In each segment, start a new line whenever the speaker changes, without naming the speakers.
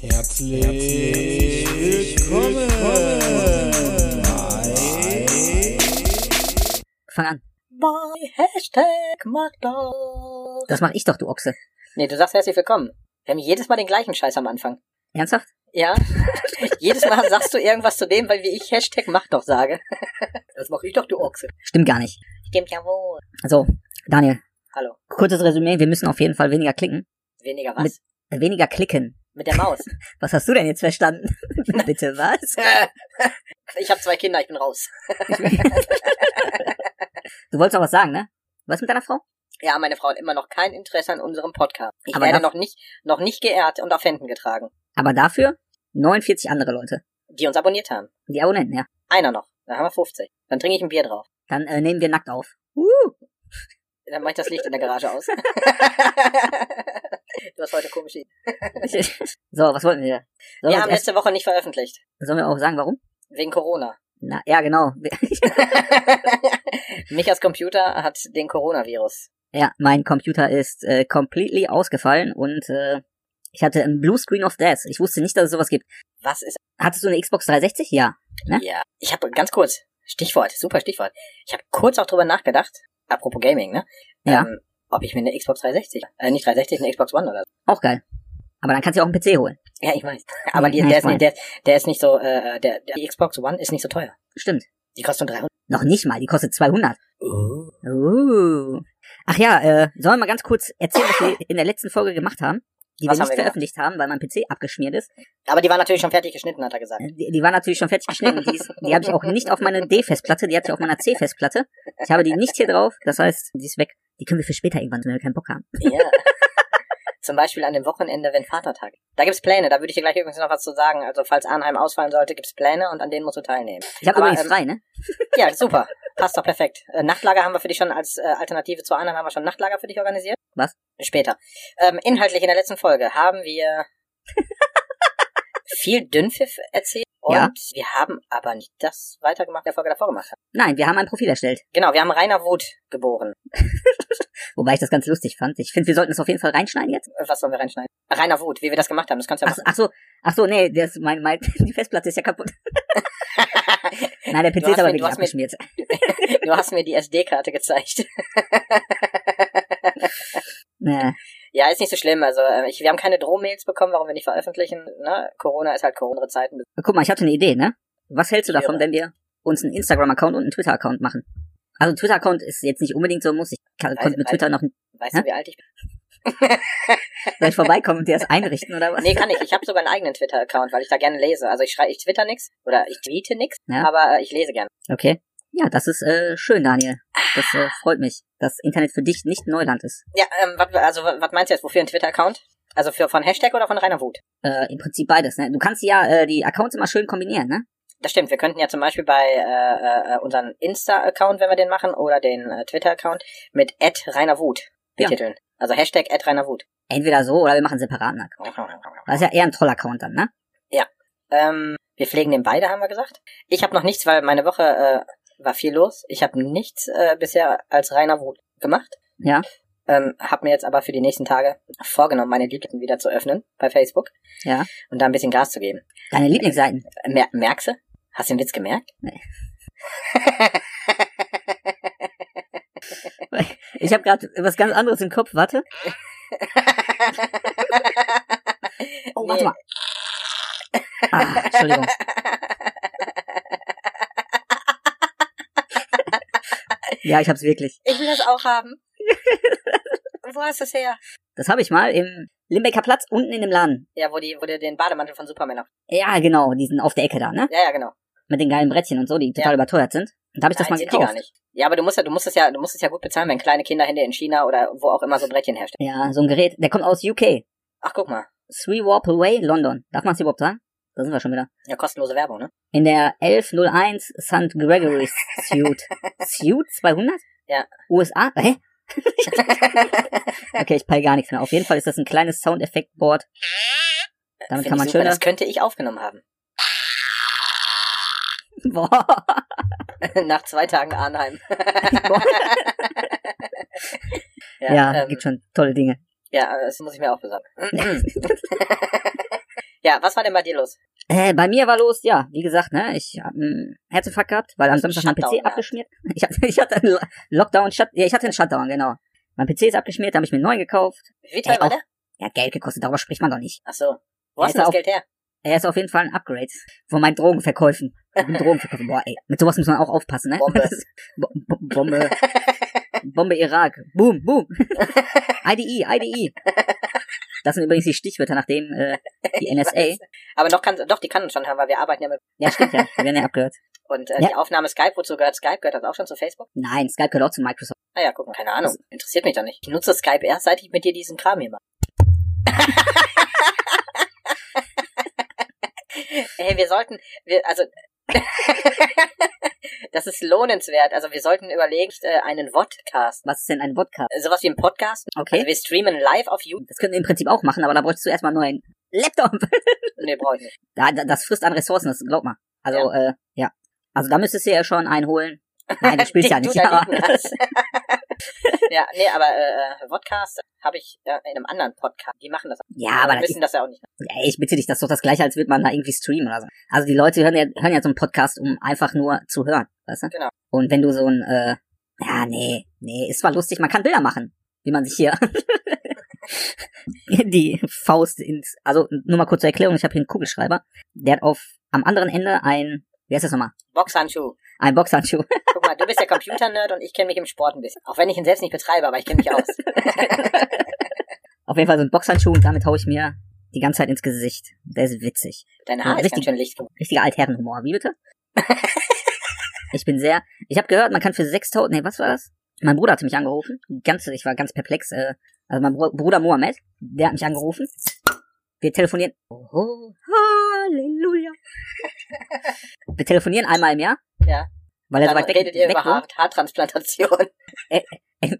Herzlich, Herzlich willkommen, willkommen
Fang an.
bei Hashtag Magda.
Das mache ich doch, du Ochse.
Nee, du sagst herzlich willkommen. Wir haben jedes Mal den gleichen Scheiß am Anfang.
Ernsthaft?
Ja? jedes Mal sagst du irgendwas zu dem, weil wie ich Hashtag Mach doch sage. das mach ich doch, du Ochse.
Stimmt gar nicht.
Stimmt ja wohl.
So, Daniel,
Hallo.
kurzes Resümee. Wir müssen auf jeden Fall weniger klicken.
Weniger was?
Mit-
Mit,
Äh, Weniger klicken.
der Maus.
Was hast du denn jetzt verstanden? Bitte was?
ich habe zwei Kinder, ich bin raus.
Du wolltest noch was sagen, ne? Was mit deiner Frau?
Ja, meine Frau hat immer noch kein Interesse an unserem Podcast. Ich
Aber
werde
das-
noch nicht, noch nicht geehrt und auf Händen getragen,
Aber dafür 49 andere Leute.
die uns abonniert haben.
Die Abonnenten, ja.
Einer noch. Dann haben wir 50. Dann trinke ich ein Bier drauf.
Dann äh, nehmen wir nackt auf. Uh,
Dann mach ich das Licht in der Garage aus. du hast heute komische
so, was wollten wir? Sollen
Wir
wir,
haben
erst,
letzte Woche nicht veröffentlicht.
sollen wir auch sagen, warum?
Wegen Corona.
Na, ja, genau.
Michas Computer hat den Coronavirus.
Ja, mein Computer ist äh, completely ausgefallen und äh, ich hatte einen Blue Screen of Death. Ich wusste nicht, dass es sowas gibt.
Was ist.
Hattest du eine Xbox 360? Ja. Ne?
Ja. Ich habe ganz kurz. Stichwort, super Stichwort. Ich habe kurz auch drüber nachgedacht. Apropos Gaming, ne?
Ja.
Ähm, ob ich mir eine Xbox 360. Äh, nicht 360, eine Xbox One oder so.
Auch geil. Aber dann kannst du ja auch einen PC holen.
Ja, ich weiß. Aber die,
Ja,
der,
ich
ist nicht, der, der ist nicht so. Äh, der, der, die Xbox One ist nicht so teuer.
Stimmt.
Die kostet nur 300.
Noch nicht mal, die kostet 200. Oh.
Uh.
Uh. Ach ja, äh, sollen wir mal ganz kurz erzählen, was wir in der letzten Folge gemacht haben, die
Was
wir
haben
nicht
wir
veröffentlicht haben, weil mein PC abgeschmiert ist.
Aber die war natürlich schon fertig geschnitten, hat er gesagt.
Äh, Die, die war natürlich schon fertig geschnitten. Die, ist- die habe ich auch nicht auf meine D-Festplatte, die hatte ich auf meiner C-Festplatte. Ich habe die nicht hier drauf, das heißt, die ist weg. Die können wir für später irgendwann, wenn wir keinen Bock haben.
Ja. Zum Beispiel an dem Wochenende, wenn Vatertag ist. Da gibt's Pläne, da würde ich dir gleich übrigens noch was zu sagen. Also falls Arnheim ausfallen sollte, gibt's Pläne und an denen musst du teilnehmen.
Ich habe
Aber,
übrigens
ähm,
frei, ne?
Ja, super. Passt doch perfekt. Äh, Nachtlager haben wir für dich schon als äh, Alternative zu Arnheim haben wir schon Nachtlager für dich organisiert.
Was?
Später. Ähm, inhaltlich in der letzten Folge haben wir viel Dünnpfiff erzählt und
Ja.
wir haben aber nicht das weitergemacht, der Folge davor gemacht hat.
Nein, wir haben ein Profil erstellt.
Genau, wir haben Rainer Woth geboren.
Wobei ich das ganz lustig fand. Ich finde, wir sollten es auf jeden Fall reinschneiden jetzt.
Äh, Was sollen wir reinschneiden? Rainer Woth, wie wir das gemacht haben, das kannst du ja
Ach, ach so, ach so, nee, das, mein, mein, die Festplatte ist ja kaputt.
machen.
Nein, der PC
Du hast
ist aber
mir-
wirklich
du hast mir-
abgeschmiert.
Du hast mir die SD-Karte gezeigt.
Nee.
Ja, ist nicht so schlimm. Also äh, ich, wir haben keine Drohmails bekommen, warum wir nicht veröffentlichen. Ne? Corona ist halt Corona Zeiten.
Guck mal, ich hatte eine Idee, ne? Was hältst du davon,
Ja.
wenn wir uns einen Instagram-Account und einen Twitter-Account machen? Also Twitter-Account ist jetzt nicht unbedingt so muss. Ich kann,
Weiß-
konnte mit
weiß-
Twitter noch
Weißt
Hä?
du, wie alt ich bin?
soll ich vorbeikommen und dir das einrichten oder was?
Nee, kann ich. Ich habe sogar einen eigenen Twitter-Account, weil ich da gerne lese. Also ich schreibe, ich twitter nix oder ich tweete nix,
Ja.
aber äh, ich lese gerne.
Okay. Ja, das ist äh, schön, Daniel. Das äh, freut mich, dass Internet für dich nicht Neuland ist.
Ja, ähm, wat, also was meinst du jetzt? Wofür ein Twitter-Account? Also für von Hashtag oder von Rainer Wut?
Äh, Im Prinzip beides, ne? Du kannst ja äh, die Accounts immer schön kombinieren, ne?
Das stimmt, wir könnten ja zum Beispiel bei äh, äh, unseren Insta-Account, wenn wir den machen, oder den äh, Twitter-Account mit Rainer Wut
Ja.
betiteln. Also Hashtag Rainer Wut.
Entweder so oder wir machen einen separaten Account. Das ist ja eher ein Troll-Account dann, ne?
Ähm, wir pflegen den beide, haben wir gesagt. Ich habe noch nichts, weil meine Woche äh, war viel los. Ich habe nichts äh, bisher als reiner Wut gemacht.
Ja.
Ähm, habe mir jetzt aber für die nächsten Tage vorgenommen, meine Lieblingen wieder zu öffnen bei Facebook.
Ja.
Und da ein bisschen Gas zu geben.
Deine Lieblingsseiten.
Mer merkst du? Hast du den Witz gemerkt?
Ich habe gerade was ganz anderes im Kopf, warte. Oh, warte
Nee.
mal. Ah, Entschuldigung. ja, ich hab's wirklich.
Ich will das auch haben. wo hast du es her?
Das habe ich mal im Limbecker Platz unten in dem Laden.
Ja, wo die, wo die den Bademantel von Superman noch.
Ja, genau, die sind auf der Ecke da, ne?
Ja, ja, genau.
Mit den geilen Brettchen und so, die total
Ja.
überteuert sind. Und da habe ich das
Nein,
mal
sind die
gekauft.
Gar nicht. Ja, aber du musst ja, du musst es ja, du musst es ja gut bezahlen, wenn kleine Kinderhände in China oder wo auch immer so Brettchen herstellen.
Ja, so ein Gerät, der kommt aus UK.
Ach, guck mal.
Three Warp Away, London. Darf man's überhaupt sagen? Da sind wir schon wieder.
Ja, kostenlose Werbung, ne?
In der 1101 St. Gregory's Suite. Suite 200?
Ja.
USA? Hä? okay, ich peil gar nichts mehr. Auf jeden Fall ist das ein kleines Soundeffektboard. Damit
Find
kann
ich
man
super,
schöner.
Das könnte ich aufgenommen haben.
Boah.
Nach zwei Tagen Arnheim.
Ja,
ähm,
gibt schon tolle Dinge.
ja, das muss ich mir auch besorgen. Ja, was war denn bei dir los?
Äh, bei mir war los, ja, wie gesagt, ne, ich habe einen Herzinfarkt gehabt, weil am Samstag mein PC
Shutdown gehabt.
abgeschmiert. Ich hatte, ich hatte einen Lo- Lockdown, Shut, ja, ich hatte einen Shutdown, genau. Mein PC ist abgeschmiert, da habe ich mir einen neuen gekauft.
Wie teuer
Ey,
war
auch-
der?
Ja, Geld gekostet, darüber spricht man doch nicht.
Ach so. Wo
Ja,
hast
ist
du das
auch-
Geld her?
Er ist auf jeden Fall ein Upgrade von meinen Drogenverkäufen. Ich bin Drogenverkäufer. Boah, ey, mit sowas muss man auch aufpassen, ne?
Bombe.
Das ist- Bo- Bo- Bombe. Bombe Irak. Boom, boom. E, IDE, IDE. Das sind übrigens die Stichwörter, nachdem äh, die NSA.
Aber noch kann, doch, die kann uns schon haben, weil wir arbeiten ja mit,
Ja, stimmt ja. Wir werden ja abgehört.
und äh,
Ja.
die Aufnahme Skype, wozu gehört Skype? Gehört das auch schon zu Facebook?
Nein, Skype gehört auch zu Microsoft.
Ah ja, guck mal, keine Ahnung. Interessiert mich doch nicht. Ich nutze Skype erst, seit ich mit dir diesen Kram hier mache. Ey, wir sollten, wir, also, das ist lohnenswert. Also, wir sollten überlegen, äh, einen Vodcast,
Was ist denn ein Vodka?
äh, sowas wie ein Podcast. Also,
Okay.
wir streamen live auf YouTube.
Das können wir im Prinzip auch machen, aber da bräuchtest du erstmal einen neuen Laptop.
Nee, brauche ich nicht.
Da, da, das frisst an Ressourcen, das glaub mal. Also, ja. äh, ja. Also da müsstest du ja schon einen holen. Nein, du spielst ja
Den
nicht.
du da
aber-
liegen hast. ja, nee, aber äh, äh, Vodcast habe ich äh, in einem anderen Podcast. Die machen das.
Ja, aber
die
das
wissen das ja auch nicht.
Ey, ich bitte dich, das ist doch das gleiche, als würde man da irgendwie streamen oder so. Also die Leute hören ja, hören ja so einen Podcast, um einfach nur zu hören, weißt du?
Genau.
Und wenn du so ein, äh, ja, nee, nee, ist zwar lustig, man kann Bilder machen, wie man sich hier die Faust ins, also nur mal kurz zur Erklärung, ich habe hier einen Kugelschreiber, der hat auf, am anderen Ende ein, wie heißt das nochmal?
Boxhandschuh.
Ein Boxhandschuh.
Guck mal, du bist der Computer-Nerd und ich kenne mich im Sport ein bisschen. Auch wenn ich ihn selbst nicht betreibe, aber ich kenne mich aus.
Auf jeden Fall so ein Boxhandschuh und damit hau ich mir die ganze Zeit ins Gesicht. Der ist witzig.
Dein
Ja,
Haar ist
richtig.
ganz schön licht. geworden.
Richtiger Altherrenhumor. Wie bitte? ich bin sehr. Ich habe gehört, man kann für 6000. Nee, was war das? Mein Bruder hatte mich angerufen. Ganz, ich war ganz perplex. Äh, also mein Bro Bruder Mohammed, der hat mich angerufen. Wir telefonieren. Oh, Halleluja. Wir telefonieren einmal im Jahr.
Ja.
Weil er so
Dann
weit weg,
redet ihr
weg
über Haar
wohnt.
Haartransplantation.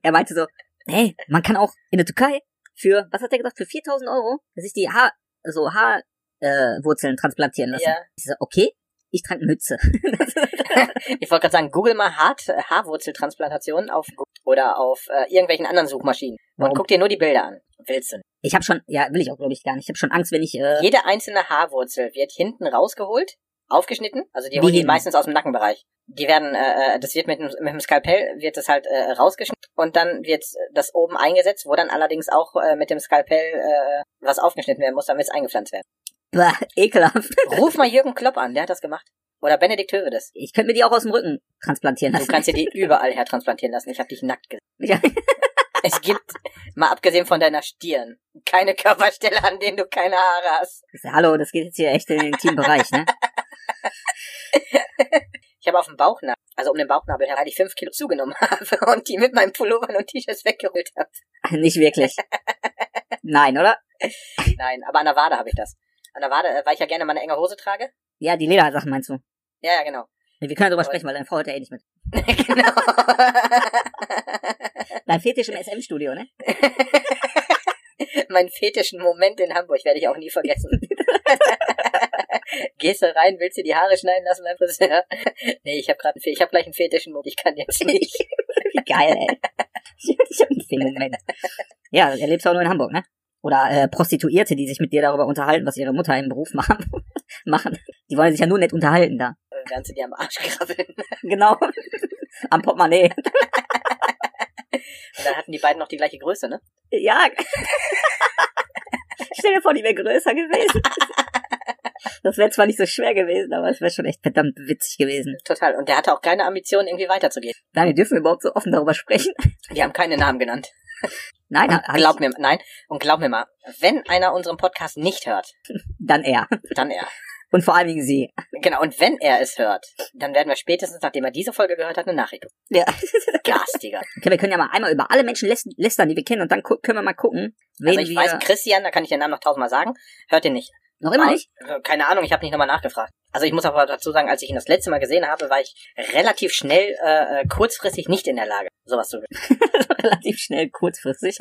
Er meinte so, hey, man kann auch in der Türkei für, was hat er gesagt, für 4000 Euro sich die Haar, so Haar, äh, Wurzeln transplantieren lassen.
Ja.
Ich so, okay, ich trage eine Mütze.
Ich wollte gerade sagen, google mal Hart äh, Haarwurzeltransplantation auf Google oder auf äh, irgendwelchen anderen Suchmaschinen.
Warum?
Und guck dir nur die Bilder an. Willst du nicht.
Ich habe schon, ja, will ich auch, glaube ich, gar nicht. Ich habe schon Angst, wenn ich, äh,
Jede einzelne Haarwurzel wird hinten rausgeholt, aufgeschnitten. Also die holen die
hinten?
meistens aus dem Nackenbereich. Die werden, äh, äh, das wird mit, dem- mit dem Skalpell, wird das halt äh, rausgeschnitten und dann wird das oben eingesetzt, wo dann allerdings auch äh, mit dem Skalpell äh, was aufgeschnitten werden muss, damit es eingepflanzt wird.
bah, ekelhaft.
Ruf mal Jürgen Klopp an, der hat das gemacht. Oder Benedikt Hövedes.
Ich könnte mir die auch aus dem Rücken transplantieren
Du
lassen.
kannst dir die überall her transplantieren lassen. Ich habe dich nackt gesehen.
Ja,
Es gibt, mal abgesehen von deiner Stirn, keine Körperstelle, an denen du keine Haare hast.
hallo, das geht jetzt hier echt in den intimen Bereich, ne?
Ich habe auf dem Bauchnabel, also um den Bauchnabel herum, weil ich fünf Kilo zugenommen habe und die mit meinen Pullovern und T-Shirts weggeholt habe.
Nicht wirklich. Nein, oder?
Nein, aber an der Wade habe ich das. An der Wade, äh, weil ich ja gerne mal eine enge Hose trage.
Ja, die Ledersachen meinst du?
Ja, ja, genau.
Nee, Wir können darüber sprechen, weil deine Frau hört ja eh nicht mit.
genau.
Dein Fetisch im SM-Studio, ne?
Meinen fetischen Moment in Hamburg werde ich auch nie vergessen. Gehst du rein, willst dir die Haare schneiden lassen beim Friseur? Nee, ich habe gerade einen Fe- ich habe gleich einen fetischen Moment, ich kann jetzt nicht.
Wie geil, ey. Ich hab einen Phänomen. Ja, das erlebst du auch nur in Hamburg, ne? Oder äh, Prostituierte, die sich mit dir darüber unterhalten, was ihre Mutter im Beruf machen. machen. Die wollen sich ja nur nett unterhalten da.
Dann kannst du dir am Arsch krabbeln.
Genau. Am Portemonnaie.
Und dann hatten die beiden noch die gleiche Größe, ne?
Ja. Stell dir vor, die wäre größer gewesen. Das wäre zwar nicht so schwer gewesen, aber es wäre schon echt verdammt witzig gewesen.
Total. Und der hatte auch keine Ambition, irgendwie weiterzugehen.
Daniel, dürfen wir überhaupt so offen darüber sprechen?
Die haben keine Namen genannt.
Nein,
Und
hab- hab
glaub mir, nein, und glaub mir mal, wenn einer unseren Podcast nicht hört,
ich- dann er.
dann er.
Und vor allen Dingen sie.
Genau, und wenn er es hört, dann werden wir spätestens, nachdem er diese Folge gehört hat, eine Nachricht.
Ja.
Gastiger.
Okay, wir können ja mal einmal über alle Menschen läs- lästern, die wir kennen, und dann gu- können wir mal gucken, wen
Also ich
wir
weiß, Christian, da kann ich den Namen noch tausendmal sagen, hört ihn nicht.
noch immer
Aber-
nicht.
äh, Keine Ahnung, ich habe nicht nochmal nachgefragt. Also ich muss aber dazu sagen, als ich ihn das letzte Mal gesehen habe, war ich relativ schnell, äh, äh, kurzfristig nicht in der Lage, sowas zu
Relativ schnell, kurzfristig.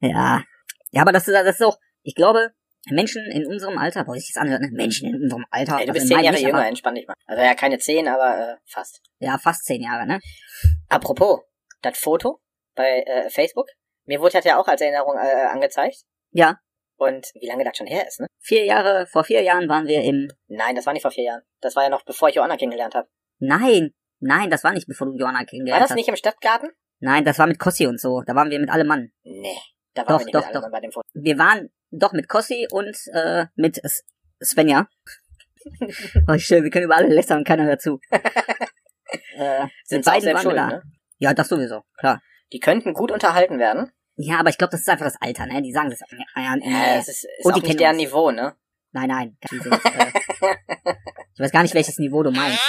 ja. Ja, aber das ist, das ist auch, ich glaube, Menschen in unserem Alter, boah, ich jetzt anhören, ne? Menschen in unserem Alter.
Ey,
also
du bist
in
zehn
meinem
Jahre
nicht,
jünger,
aber-
entspann dich mal. Also ja, keine zehn, aber äh, fast.
Ja, fast zehn Jahre, ne?
Apropos, das Foto bei äh, Facebook, mir wurde das ja auch als Erinnerung äh, angezeigt.
Ja.
Und wie lange das schon her ist, ne?
Vier Jahre, vor vier Jahren waren wir im.
Nein, das war nicht vor vier Jahren. Das war ja noch bevor ich Joanna kennengelernt habe.
Nein, nein, das war nicht bevor du Johanna
War
kennengelernt
das
hast.
nicht im Stadtgarten?
Nein, das war mit Kossi und so. Da waren wir mit allem Mann.
Nee. Da waren
Doch,
wir nicht
doch,
mit allen
doch.
Mann bei dem Foto.
Wir waren doch mit Kossi und äh, mit S Svenja. oh, schön, wir können über alle lästern und keiner hört zu. äh,
Sind
mit beiden
sie auch selbst
waren wir
schuld,
da.
ne?
Ja, das sowieso, klar.
Die könnten gut unterhalten werden.
Ja, aber ich glaube, das ist einfach das Alter, ne? Die sagen das. Ja,
Ja,
nee.
Äh, es ist, ist
Und
auch
die
nicht
kennen
deren
uns.
Niveau, ne?
Nein, nein. Dieses, äh, ich weiß gar nicht, welches Niveau du meinst.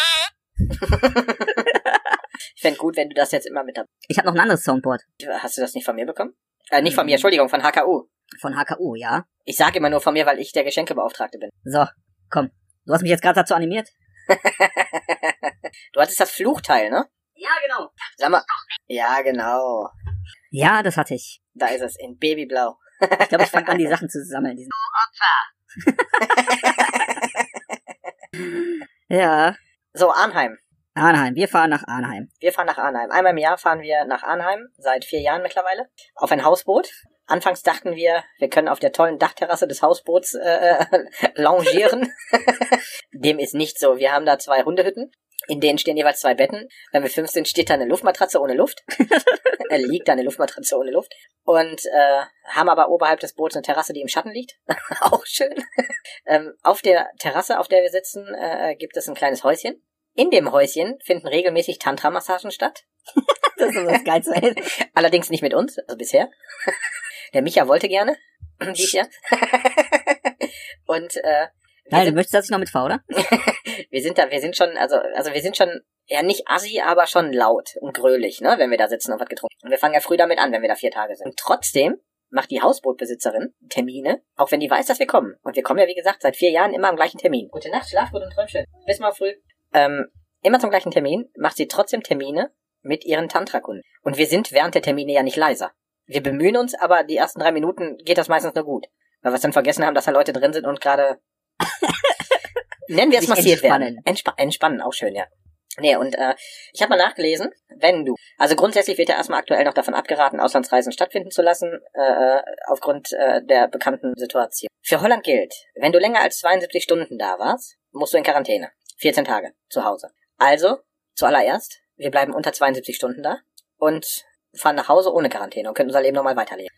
Ich fände gut, wenn du das jetzt immer mit dabei.
Ich habe noch ein anderes Soundboard
Hast du das nicht von mir bekommen? Äh, nicht
Mhm.
von mir, Entschuldigung, von HKU.
von HKU, ja?
Ich sage immer nur von mir, weil ich der Geschenkebeauftragte bin.
So, komm. Du hast mich jetzt gerade dazu animiert?
Du hattest das Fluchteil, ne?
Ja, genau.
Sag mal. Ja, genau.
Ja, das hatte ich.
Da ist es, in Babyblau.
Ich glaube, ich fange an, die Sachen zu sammeln. Diesen Opfer. ja.
So, Arnheim.
Arnheim. Wir fahren nach Arnheim.
Wir fahren nach Arnheim. Einmal im Jahr fahren wir nach Arnheim, seit vier Jahren mittlerweile, auf ein Hausboot. Anfangs dachten wir, wir können auf der tollen Dachterrasse des Hausboots äh, longieren. Dem ist nicht so. Wir haben da zwei Hundehütten, in denen stehen jeweils zwei Betten. Wenn wir fünf sind, steht da eine Luftmatratze ohne Luft. Äh, liegt da eine Luftmatratze ohne Luft. Und äh, haben aber oberhalb des Boots eine Terrasse, die im Schatten liegt. Auch schön. ähm, auf der Terrasse, auf der wir sitzen, äh, gibt es ein kleines Häuschen. In dem Häuschen finden regelmäßig Tantra-Massagen statt.
Das ist das Geilste.
Allerdings nicht mit uns, also bisher. Der Micha wollte gerne. Dies Jahr. Und äh, wir,
Nein, du
sind,
möchtest, dass ich noch mitfahre, oder?
wir sind da, wir sind schon, also, also wir sind schon ja nicht assi, aber schon laut und grölig, ne, wenn wir da sitzen und was getrunken. Und wir fangen ja früh damit an, wenn wir da vier Tage sind. Und trotzdem macht die Hausbootbesitzerin Termine, auch wenn die weiß, dass wir kommen. Und wir kommen ja, wie gesagt, seit vier Jahren immer am gleichen Termin. Gute Nacht, schlaf gut und träum schön. Bis morgen früh. Ähm, immer zum gleichen Termin macht sie trotzdem Termine mit ihren Tantra-Kunden. Und wir sind während der Termine ja nicht leiser. Wir bemühen uns, aber die ersten drei Minuten geht das meistens nur gut. Weil wir es dann vergessen haben, dass da Leute drin sind und gerade, nennen wir es
Sich
massiert werden.
entspannen.
Entspa entspannen, auch schön, ja. Nee, und äh, ich habe mal nachgelesen, wenn du, also grundsätzlich wird ja erstmal aktuell noch davon abgeraten, Auslandsreisen stattfinden zu lassen, äh, aufgrund äh, der bekannten Situation. Für Holland gilt, wenn du länger als 72 Stunden da warst, musst du in Quarantäne. 14 Tage zu Hause. Also, zuallererst, wir bleiben unter 72 Stunden da und fahren nach Hause ohne Quarantäne und können unser Leben normal weiterleben.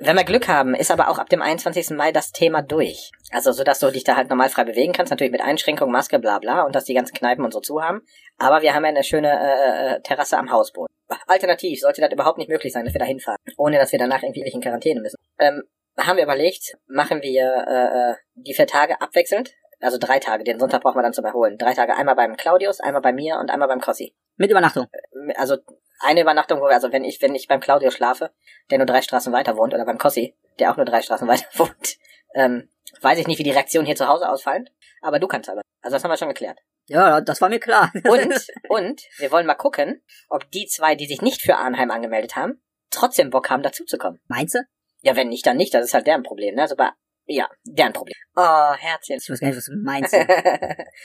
Wenn wir Glück haben, ist aber auch ab dem 21. Mai das Thema durch. Also so, dass du dich da halt normal frei bewegen kannst, natürlich mit Einschränkung, Maske, bla bla und dass die ganzen Kneipen und so zu haben. Aber wir haben ja eine schöne äh, äh, Terrasse am Hausboot. Alternativ sollte das überhaupt nicht möglich sein, dass wir da hinfahren, ohne dass wir danach irgendwie in Quarantäne müssen. Ähm, haben wir überlegt, machen wir äh, äh, die vier Tage abwechselnd, also drei Tage, den Sonntag brauchen wir dann zum Erholen. Drei Tage, einmal beim Claudius, einmal bei mir und einmal beim Kossi.
Mit Übernachtung.
Also eine Übernachtung, wo wir, also wenn ich, wenn ich beim Claudius schlafe, der nur drei Straßen weiter wohnt, oder beim Kossi, der auch nur drei Straßen weiter wohnt, ähm, weiß ich nicht, wie die Reaktionen hier zu Hause ausfallen, aber du kannst aber. Also das haben wir schon geklärt.
Ja, das war mir klar.
Und, und wir wollen mal gucken, ob die zwei, die sich nicht für Arnheim angemeldet haben, trotzdem Bock haben, dazuzukommen.
Meinst du?
Ja, wenn nicht, dann nicht. Das ist halt deren Problem, ne? Also bei, ja, deren Problem. Oh, Herzchen.
Ich weiß gar nicht, was du meinst.
nee,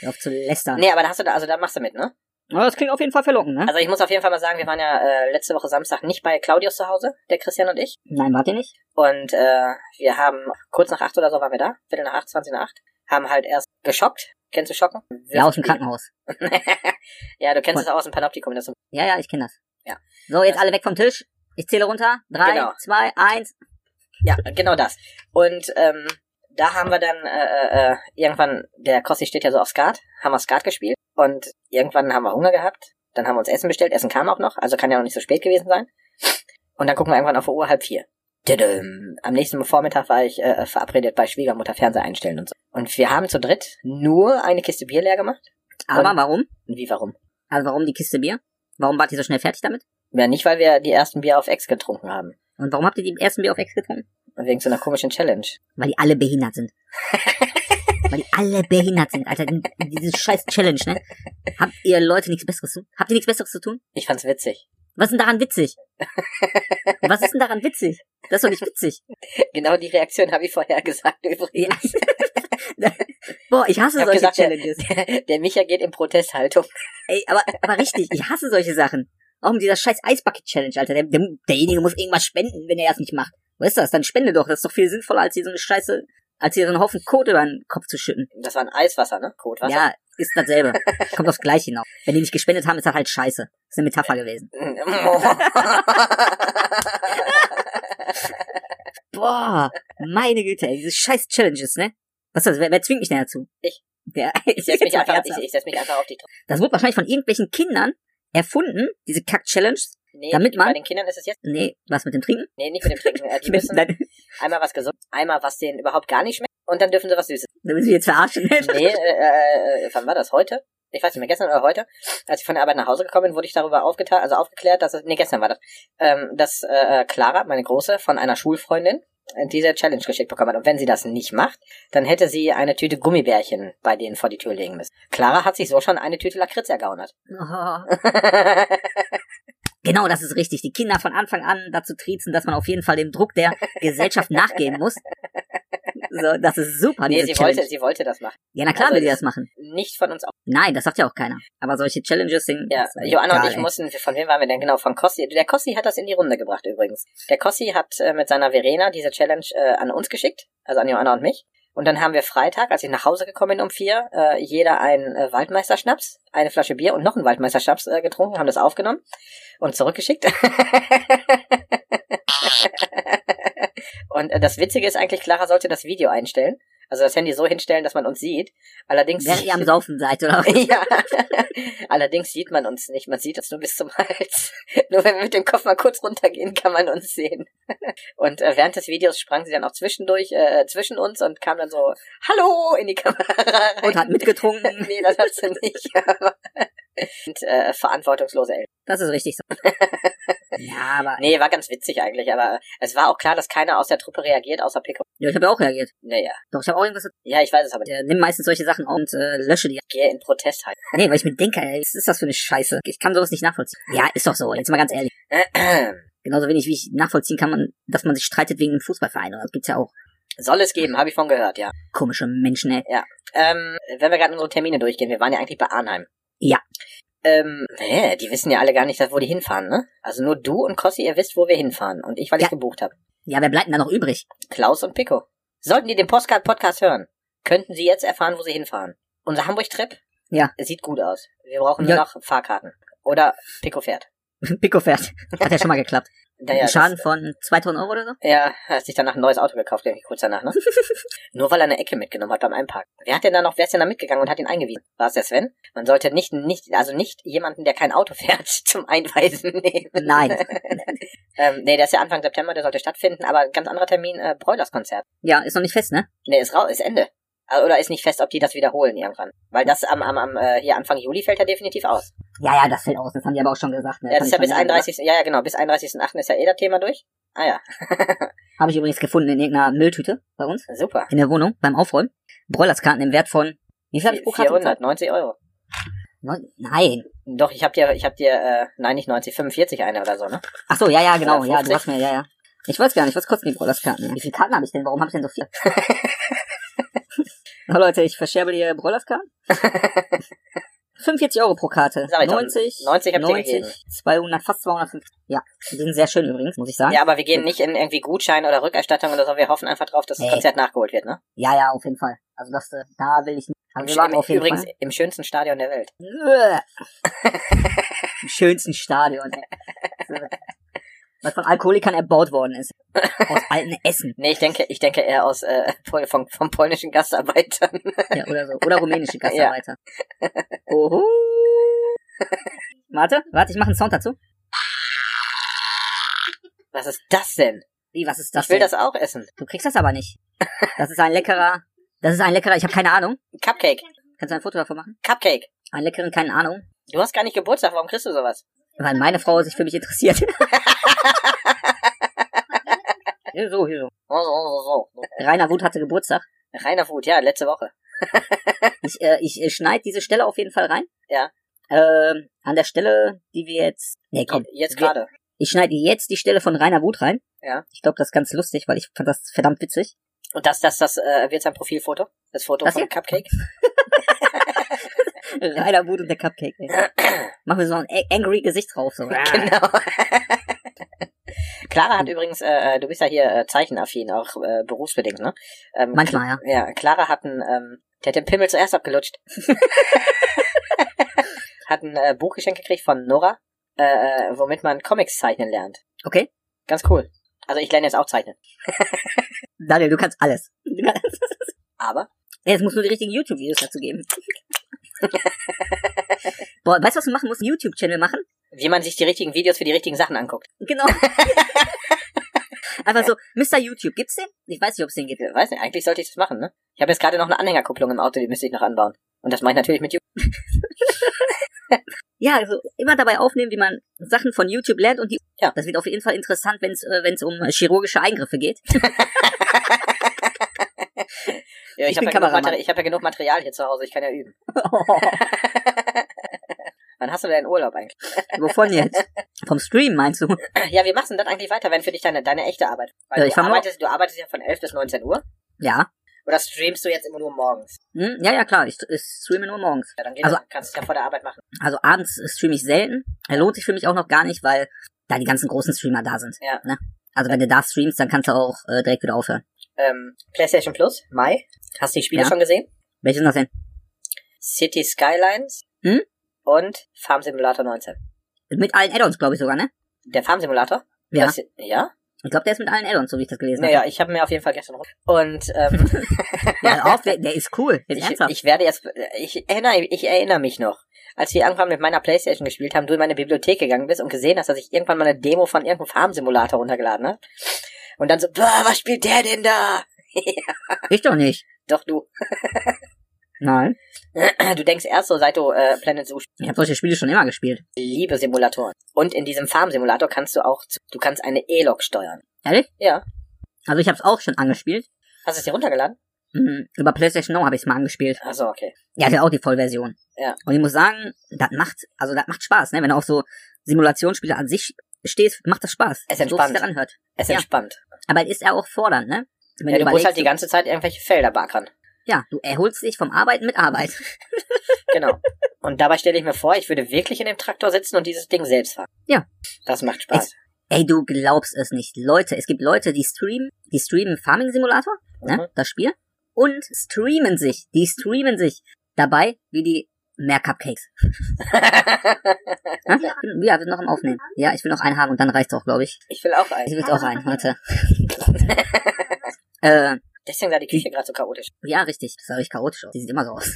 Hör auf zu lästern.
aber da hast du da, also da machst du mit, ne?
Aber das klingt auf jeden Fall verlockend, ne?
Also ich muss auf jeden Fall mal sagen, wir waren ja äh, letzte Woche Samstag nicht bei Claudius zu Hause, der Christian und ich.
Nein, wart ihr nicht?
Und äh, wir haben kurz nach acht oder so waren wir da, Viertel nach acht, zwanzig nach acht, haben halt erst geschockt. Kennst du Schocken?
Ja, aus dem Krankenhaus.
ja, du kennst es auch aus dem Panoptikum. Das
Ja, ja, ich kenne das.
Ja.
So, jetzt alle weg vom Tisch. Ich zähle runter. Drei,
Genau.
zwei, eins.
Ja, genau das. Und ähm, da haben wir dann äh, äh, irgendwann, der Kossi steht ja so auf Skat, haben wir Skat gespielt und irgendwann haben wir Hunger gehabt, dann haben wir uns Essen bestellt, Essen kam auch noch, also kann ja noch nicht so spät gewesen sein. Und dann gucken wir irgendwann auf die Uhr halb vier. Tadam. Am nächsten Vormittag war ich äh, verabredet bei Schwiegermutter Fernseher einstellen und so. Und wir haben zu dritt nur eine Kiste Bier leer gemacht.
Aber
Und-
warum?
Und wie warum?
Also warum die Kiste Bier? Warum wart ihr so schnell fertig damit?
Ja, nicht, weil wir die ersten Bier auf Ex getrunken haben.
Und warum habt ihr die ersten Bier auf Ex getrunken?
Wegen so einer komischen Challenge.
Weil die alle behindert sind. Weil die alle behindert sind, Alter. Die- Diese scheiß Challenge, ne? Habt ihr Leute nichts Besseres zu? Habt ihr nichts Besseres zu tun?
Ich fand's witzig.
Was ist denn daran witzig? Was ist denn daran witzig? Das ist doch nicht witzig.
Genau die Reaktion habe ich vorher gesagt übrigens.
Boah, ich hasse
Ich hab
solche
gesagt, der-
Challenges.
Der Micha geht in Protesthaltung.
Ey, aber, aber richtig, ich hasse solche Sachen. Auch mit dieser scheiß Eisbucket Challenge, Alter. Der, der, derjenige muss irgendwas spenden, wenn er das nicht macht. Wo ist das? Dann spende doch. Das ist doch viel sinnvoller, als hier so eine Scheiße, als hier so einen Haufen Kot über den Kopf zu schütten.
Das war ein Eiswasser, ne? Kotwasser.
Ja, ist dasselbe. Kommt aufs Gleiche hinaus. Wenn die nicht gespendet haben, ist das halt scheiße. Ist eine Metapher gewesen. Boah, meine Güte, ey, diese scheiß Challenges, ne? Was ist das? Wer, wer zwingt mich denn dazu?
Ich.
Der,
ich setz mich,
jetzt mal
einfach-
ernsthaft.
ich, ich setz mich einfach auf die Tra-
Das wurde wahrscheinlich von irgendwelchen Kindern erfunden, diese Kack-Challenge.
Nee,
Damit man-
bei den Kindern ist es jetzt.
Nee, was mit dem Trinken?
Nee, nicht mit dem Trinken. Äh, Die
Mit-
müssen
Nein,
einmal was gesund, einmal was denen überhaupt gar nicht schmeckt und dann dürfen sie was Süßes.
da müssen wir jetzt verarschen.
Nee, äh, äh, wann war das? Heute? Ich weiß nicht mehr, gestern oder heute, als ich von der Arbeit nach Hause gekommen bin, wurde ich darüber aufgeteilt, also aufgeklärt, dass es, nee, gestern war das, ähm, dass äh, Clara, meine Große, von einer Schulfreundin äh, diese Challenge geschickt bekommen hat. Und wenn sie das nicht macht, dann hätte sie eine Tüte Gummibärchen bei denen vor die Tür legen müssen. Clara hat sich so schon eine Tüte Lakritz ergaunert.
Oh. Genau, das ist richtig. Die Kinder von Anfang an dazu triezen, dass man auf jeden Fall dem Druck der Gesellschaft nachgeben muss. So, das ist super,
nee,
diese
sie
Challenge.
wollte, sie wollte das machen.
ja, na klar
also
will die
es-
das machen.
Nicht von uns auch.
Nein, das sagt ja auch keiner. Aber solche Challenges sind...
Ja,
das war
Joanna
egal,
und ich
ey.
mussten, von wem waren wir denn genau? Von Kossi. Der Kossi hat das in die Runde gebracht übrigens. Der Kossi hat äh, mit seiner Verena diese Challenge äh, an uns geschickt, also an Joanna und mich. Und dann haben wir Freitag, als ich nach Hause gekommen bin um vier, äh, jeder einen äh, Waldmeisterschnaps, eine Flasche Bier und noch einen Waldmeisterschnaps äh, getrunken, haben das aufgenommen und zurückgeschickt. und äh, das Witzige ist eigentlich, Clara sollte das Video einstellen. Also das Handy so hinstellen, dass man uns sieht. Allerdings
Während ihr am Saufen seid, oder?
ja. Allerdings sieht man uns nicht. Man sieht uns nur bis zum Hals. nur wenn wir mit dem Kopf mal kurz runtergehen, kann man uns sehen. und äh, während des Videos sprang sie dann auch zwischendurch äh, zwischen uns und kam dann so Hallo in die Kamera rein.
Und hat mitgetrunken.
nee, das hat sie nicht. aber- und äh, verantwortungslose Eltern.
Das ist richtig so. Ja, aber
Nee, war ganz witzig eigentlich, aber es war auch klar, dass keiner aus der Truppe reagiert, außer Pico.
ja, ich habe ja auch reagiert.
Naja.
Doch, ich habe auch irgendwas...
Ja, ich weiß es aber nicht.
Äh, nimm meistens solche Sachen auf und äh, lösche die
Gehe in Protest halt.
Nee, weil ich mir denke, ey, was ist das für eine Scheiße? Ich kann sowas nicht nachvollziehen. Ja, ist doch so, jetzt mal ganz ehrlich.
halt.
Genauso wenig, wie ich nachvollziehen kann, man, dass man sich streitet wegen einem Fußballverein. Oder? Das gibt's ja auch
Soll es geben, habe ich von gehört, ja.
komische Menschen, ey.
Ähm, wenn wir gerade unsere Termine durchgehen, wir waren ja eigentlich bei Arnheim.
Ja.
Ähm, hä, die wissen ja alle gar nicht, wo die hinfahren, ne? Also nur du und Kossi, ihr wisst, wo wir hinfahren. Und ich, weil
Ja.
ich gebucht habe.
Ja, wer bleibt denn da noch übrig?
Klaus und Pico. Sollten die den Postcard Podcast hören, könnten sie jetzt erfahren, wo sie hinfahren. Unser Hamburg-Trip?
Ja.
Sieht gut aus. Wir brauchen nur
Ja.
noch Fahrkarten. Oder Pico fährt.
Pico fährt. Hat ja schon mal geklappt.
Naja, das-
Schaden von 2000 Euro oder so?
Ja, hat sich danach ein neues Auto gekauft, irgendwie kurz danach, ne? Nur weil er eine Ecke mitgenommen hat beim Einparken. Wer hat denn da noch, wer ist denn da mitgegangen und hat ihn eingewiesen? War es der Sven? Man sollte nicht, nicht, also nicht jemanden, der kein Auto fährt, zum Einweisen nehmen.
Nein.
Ähm, nee, der ist ja Anfang September, der sollte stattfinden, aber ein ganz anderer Termin, äh, Broilers Konzert.
Ja, ist noch nicht fest, ne?
Nee, ist raus, ist Ende. Äh, Oder ist nicht fest, ob die das wiederholen irgendwann. Weil das am, am, am äh, hier Anfang Juli fällt ja definitiv aus.
Ja, ja, das fällt aus. Das haben die aber auch schon gesagt. Ne?
Ja, das ist ja bis
31.
31. Ja, ja, genau, bis 31.8. ist ja eh das Thema durch. Ah ja,
Habe ich übrigens gefunden in irgendeiner Mülltüte bei uns.
super.
In der Wohnung, beim Aufräumen. Brollerskarten im Wert von... Wie viel hab ich pro Karte?
490 Euro.
bezahlt? Nein.
Doch, ich hab dir, ich hab dir, äh, nein, nicht 90, 45 eine oder so, ne?
Ach so, ja, ja, genau, ja, du
150.
hast mir, ja, ja. Ich weiß gar nicht, was kosten die Brawlers-Karten? Wie viele Karten habe ich denn? Warum habe ich denn so viel? Na Leute, ich verscherbe die Brawlers-Karten. 45 Euro pro Karte.
Sag ich doch,
90,
90 hab ich dir
90,
gegeben.
200, fast 250. Ja, die sind sehr schön übrigens, muss ich sagen.
Ja, aber wir gehen nicht in irgendwie Gutschein oder Rückerstattung oder so. Wir hoffen einfach drauf, dass das
Nee.
Konzert nachgeholt wird, ne?
ja, ja, auf jeden Fall. Also das, äh, da will ich nicht. Aber wir waren
Im-
auf jeden
Übrigens
Fall.
im schönsten Stadion der Welt.
Im schönsten Stadion. ey. Was von Alkoholikern erbaut worden ist. Aus alten Essen.
Nee, ich denke, ich denke eher aus, äh, Pol von, von polnischen Gastarbeitern.
Ja, oder so. Oder rumänische Gastarbeiter. Oho. Warte, warte, ich mache einen Sound dazu.
Was ist das denn?
Wie, was ist das?
Ich will
denn?
das auch essen.
Du kriegst das aber nicht. Das ist ein leckerer. Das ist ein leckerer, ich habe keine Ahnung.
Cupcake.
Kannst du ein Foto davon machen?
Cupcake.
Einen leckeren, keine Ahnung.
Du hast gar nicht Geburtstag, warum kriegst du sowas?
Weil meine Frau sich für mich interessiert. Hier so, hier so.
So, so, so, so.
Rainer Wut hatte Geburtstag.
Rainer Wut, ja, letzte Woche.
Ich, äh, ich äh, schneide diese Stelle auf jeden Fall rein.
Ja.
Ähm, an der Stelle, die wir jetzt. Nee, komm.
Jetzt
Wir-
gerade.
Ich schneide jetzt die Stelle von Rainer Wut rein.
Ja.
Ich glaube, das ist ganz lustig, weil ich fand das verdammt witzig.
Und das, das, das, äh, wird sein Profilfoto? Das Foto
Das
vom
hier?
Cupcake?
Rainer Wut und der Cupcake. Ey. Machen wir so ein angry Gesicht drauf. So.
Genau. Clara hat übrigens, äh, du bist ja hier äh, zeichenaffin, auch äh, berufsbedingt, ne? Ähm,
Manchmal, ja.
Ja, Clara hat einen, ähm, der hat den Pimmel zuerst abgelutscht. hat ein äh, Buchgeschenk gekriegt von Nora, äh, äh, womit man Comics zeichnen lernt.
Okay.
Ganz cool. Also ich lerne jetzt auch zeichnen.
Daniel, du kannst alles. Du kannst-
Aber
Jetzt muss nur die richtigen YouTube-Videos dazu geben. Boah, weißt du, was du machen musst? Einen YouTube-Channel machen?
wie man sich die richtigen Videos für die richtigen Sachen anguckt.
Genau. Einfach so, Mr. YouTube, gibt's den? Ich weiß nicht, ob es den gibt.
Ich weiß nicht, eigentlich sollte ich das machen, ne? Ich habe jetzt gerade noch eine Anhängerkupplung im Auto, die müsste ich noch anbauen. Und das mache ich natürlich mit YouTube.
Ja, also immer dabei aufnehmen, wie man Sachen von YouTube lernt und die.
Ja.
Das wird auf jeden Fall interessant, wenn es äh, wenn's um äh, chirurgische Eingriffe geht.
Ja, ich
Ich bin
habe ja, genug
Kameramann.
Materi- ich hab ja genug Material hier zu Hause, ich kann ja üben. Wann hast du denn Urlaub eigentlich?
Wovon jetzt? Vom Stream meinst du?
Ja, wie machst du denn dann eigentlich weiter, wenn für dich deine, deine echte Arbeit? Weil
Ja,
du,
Äh, ich fang mal-
arbeitest, du arbeitest ja von 11 bis 19 Uhr.
Ja.
Oder streamst du jetzt immer nur morgens?
Hm? Ja, ja, klar. Ich, ich streame nur morgens.
Ja, dann geht
Also-
das, kannst du es ja vor der Arbeit machen.
Also abends streame ich selten. Er lohnt sich für mich auch noch gar nicht, weil da die ganzen großen Streamer da sind.
Ja.
Ne? Also wenn du da streamst, dann kannst du auch äh, direkt wieder aufhören.
Ähm, PlayStation Plus, Mai. Hast du die Spiele
Ja.
schon gesehen?
Welches sind das denn?
City Skylines
Hm?
und Farm Simulator 19.
Mit allen Add-ons, glaube ich sogar, ne?
Der Farm Simulator?
Ja.
Das, ja?
Ich glaube, der ist mit allen Add-ons, so wie ich das gelesen
Naja, ich habe mir auf jeden Fall gestern rum. Und ähm,
habe. Ja, auf, der, der ist cool. Jetzt
ich,
ernsthaft.
ich werde jetzt, ich erinnere, ich erinnere mich noch, als wir irgendwann mit meiner Playstation gespielt haben, du in meine Bibliothek gegangen bist und gesehen hast, dass ich irgendwann mal eine Demo von irgendeinem Farmsimulator runtergeladen habe. Und dann so, "Boah, was spielt der denn da?
Ich, doch nicht.
Doch du,
Nein.
du denkst erst so, seit du äh, Planet Zoo
Ich habe solche Spiele schon immer gespielt.
liebe Simulatoren. Und in diesem Farmsimulator kannst du auch, zu- du kannst eine E-Log steuern.
Ehrlich?
Ja.
Also ich habe es auch schon angespielt.
Hast du es dir runtergeladen?
Mhm. Über PlayStation Now habe ich es mal angespielt.
Achso, okay.
Ja, der hat auch die Vollversion.
Ja.
Und ich muss sagen, das macht, also das macht Spaß, ne? Wenn du auf so Simulationsspiele an sich stehst, macht das Spaß.
Es
So wie sich
entspannt.
das anhört.
Es ist
Ja.
entspannt.
Aber es ist ja auch fordernd, ne? Wenn
Ja, du musst
überlegst,
halt die ganze Zeit irgendwelche Felder backern.
ja, du erholst dich vom Arbeiten mit Arbeit.
Genau. und dabei stelle ich mir vor, ich würde wirklich in dem Traktor sitzen und dieses Ding selbst fahren.
Ja.
Das macht Spaß.
Es- Ey, du glaubst es nicht. Leute, es gibt Leute, die streamen, die streamen Farming Simulator,
Mhm.
ne, das Spiel, und streamen sich, die streamen sich dabei wie die mehr Cupcakes. Hä? Ja, wir sind noch am Aufnehmen. Ja, ich will noch einen haben und dann reicht's auch, glaube ich.
ich will auch
Ich
einen.
will Also auch einen, warte. äh,
Deswegen sah die Küche gerade so chaotisch.
Ja, richtig. Das sah richtig chaotisch aus. Die sieht immer so aus.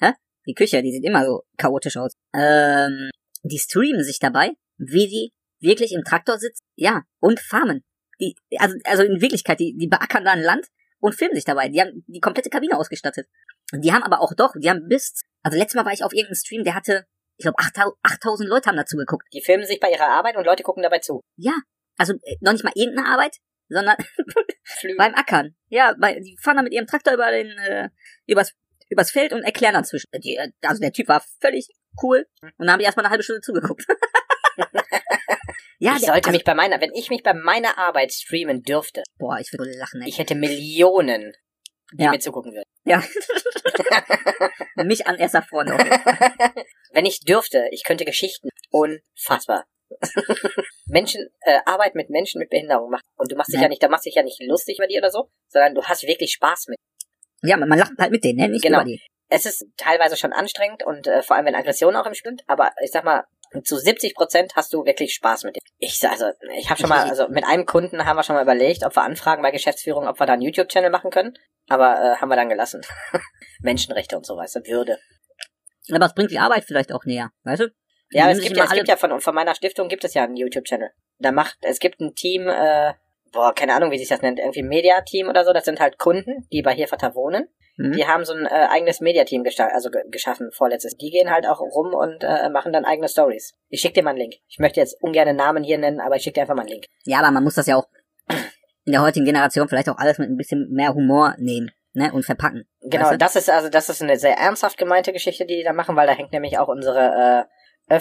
Hä? Die Küche, die sieht immer so chaotisch aus. Ähm, die streamen sich dabei, wie die wirklich im Traktor sitzen. Ja, und farmen. Die, also, also in Wirklichkeit, die, die beackern da ein Land und filmen sich dabei. Die haben die komplette Kabine ausgestattet. Die haben aber auch doch, die haben bis, also letztes Mal war ich auf irgendeinem Stream, der hatte, ich glaube, 8000 Leute haben dazu geguckt.
Die filmen sich bei ihrer Arbeit und Leute gucken dabei zu.
Also äh, noch nicht mal irgendeine Arbeit, sondern
Flü
Beim Ackern. Ja, bei, die fahren da mit ihrem Traktor über den, äh, übers, übers Feld und erklären dann zwischen. Die, äh, also der Typ war völlig cool. Und da habe ich erstmal eine halbe Stunde zugeguckt. ja,
ich
der,
sollte
also,
mich bei meiner, wenn ich mich bei meiner Arbeit streamen dürfte,
Boah, ich würde lachen, ey.
ich hätte Millionen, die
Ja.
mir zugucken würden.
ja. Mich an erster Freund auch.
Wenn ich dürfte, ich könnte Geschichten. Unfassbar. Menschen, äh, Arbeit mit Menschen mit Behinderung machen. Und du machst dich
Ja.
ja nicht, da machst dich ja nicht lustig über die oder so, sondern du hast wirklich Spaß mit.
Ja, man man lacht halt mit denen, ne? Nicht
Genau.
über die.
Es ist teilweise schon anstrengend und äh, vor allem wenn Aggression auch im Spiel sind, aber ich sag mal, zu 70 Prozent hast du wirklich Spaß mit dem. Ich sa- also, ich habe schon mal, also mit einem Kunden haben wir schon mal überlegt, ob wir anfragen bei Geschäftsführung, ob wir da einen YouTube-Channel machen können, aber äh, haben wir dann gelassen. Menschenrechte und so weißt du, Würde.
Aber es bringt die Arbeit vielleicht auch näher, weißt du? Die
Ja, aber es
müssen
gibt
mal
ja, es
alle-
gibt ja von, von meiner Stiftung gibt es ja einen YouTube-Channel. Da macht, es gibt ein Team, äh, boah, keine Ahnung, wie sich das nennt, irgendwie Media-Team oder so. Das sind halt Kunden, die bei Hirvater wohnen.
Mhm.
Die haben so ein äh, eigenes Mediateam gesta- also ge geschaffen, vorletztes. Die gehen halt auch rum und äh, machen dann eigene Stories. Ich schicke dir mal einen Link. Ich möchte jetzt ungern Namen hier nennen, aber ich schicke dir einfach mal einen Link.
Ja, aber man muss das ja auch in der heutigen Generation vielleicht auch alles mit ein bisschen mehr Humor nehmen, ne? Und verpacken.
Genau,
Weißt du?
das ist also das ist eine sehr ernsthaft gemeinte Geschichte, die die da machen, weil da hängt nämlich auch unsere äh,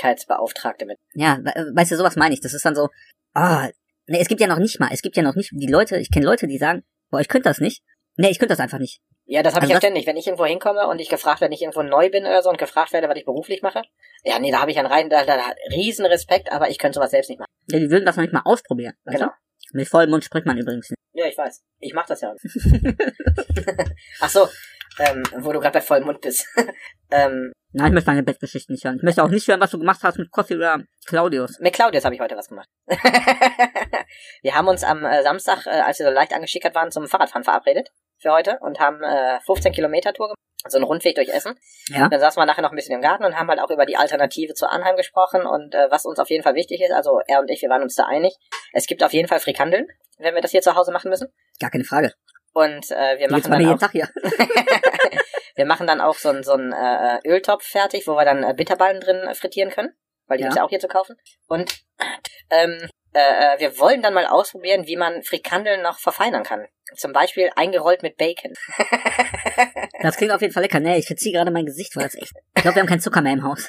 Öffentlichkeitsbeauftragte mit.
Ja, we- äh, weißt du, sowas meine ich. Das ist dann so, ah, ne, es gibt ja noch nicht mal, es gibt ja noch nicht, die Leute, ich kenne Leute, die sagen, boah, ich könnte das nicht. Ne, ich könnte das einfach nicht.
Ja, das habe
Also
ich ja
das-
ständig. Wenn ich irgendwo hinkomme und ich gefragt werde, wenn ich irgendwo neu bin oder so und gefragt werde, was ich beruflich mache, ja, nee, da habe ich einen rein, da, da, da riesen Respekt, aber ich könnte sowas selbst nicht machen.
Ja, Ne, die würden das noch nicht mal ausprobieren. weißt
Genau.
Du? Mit vollem Mund spricht man übrigens nicht.
Ja, ich weiß. Ich mache das ja. auch nicht. Ach so, ähm, wo du gerade bei vollem Mund bist. ähm,
Nein, ich möchte deine Bettgeschichten nicht hören. Ich möchte auch nicht hören, was du gemacht hast mit Kossi oder Claudius.
mit Claudius habe ich heute was gemacht. wir haben uns am äh, Samstag, äh, als wir so leicht angeschickert waren, zum Fahrradfahren verabredet für heute und haben äh, 15 Kilometer Tour gemacht, also einen Rundweg durch Essen.
Ja.
Dann saßen wir nachher noch ein bisschen im Garten und haben halt auch über die Alternative zu Anheim gesprochen und äh, was uns auf jeden Fall wichtig ist. Also er und ich, wir waren uns da einig. Es gibt auf jeden Fall Frikandeln, wenn wir das hier zu Hause machen müssen.
Gar keine Frage.
Und äh, wir
Die gibt's bei mir
machen dann
jeden
auch,
Tag hier.
wir machen dann auch so einen so einen, äh, Öltopf fertig, wo wir dann äh, Bitterballen drin äh, frittieren können, weil die
Ja.
gibt's ja auch hier zu kaufen. Und ähm, äh, äh, wir wollen dann mal ausprobieren, wie man Frikandeln noch verfeinern kann. Zum Beispiel eingerollt mit Bacon.
Das klingt auf jeden Fall lecker. Nee, ich verziehe gerade mein Gesicht, weil das echt... Ich glaube, wir haben keinen Zucker mehr im Haus.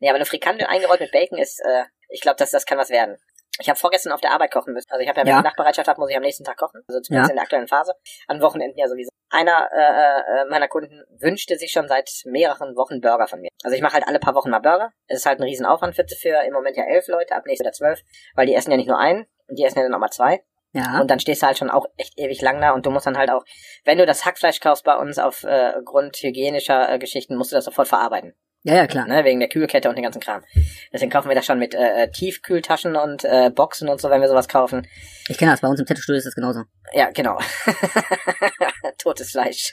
nee, aber eine Frikandel eingerollt mit Bacon ist, äh, ich glaube, das, das kann was werden. Ich habe vorgestern auf der Arbeit kochen müssen. Also ich habe ja, wenn
Ja.
ich Nachtbereitschaft habe, muss ich am nächsten Tag kochen. Also zumindest
Ja.
in der aktuellen Phase. An Wochenenden ja sowieso. Einer äh, äh, meiner Kunden wünschte sich schon seit mehreren Wochen Burger von mir. Also ich mache halt alle paar Wochen mal Burger. Es ist halt ein Riesenaufwand für, für im Moment ja elf Leute, ab nächstes Jahr zwölf. Weil die essen ja nicht nur einen, die essen ja dann auch mal zwei.
Ja.
Und dann stehst du halt schon auch echt ewig lang da und du musst dann halt auch, wenn du das Hackfleisch kaufst bei uns auf äh, Grund hygienischer äh, Geschichten, musst du das sofort verarbeiten
Ja, ja, klar.
ne, wegen der Kühlkette und dem ganzen Kram. Deswegen kaufen wir das schon mit äh, äh, Tiefkühltaschen und äh, Boxen und so, wenn wir sowas kaufen.
Ich kenne das. Bei uns im Tattoo-Studio ist das genauso.
Ja, genau. Totes Fleisch.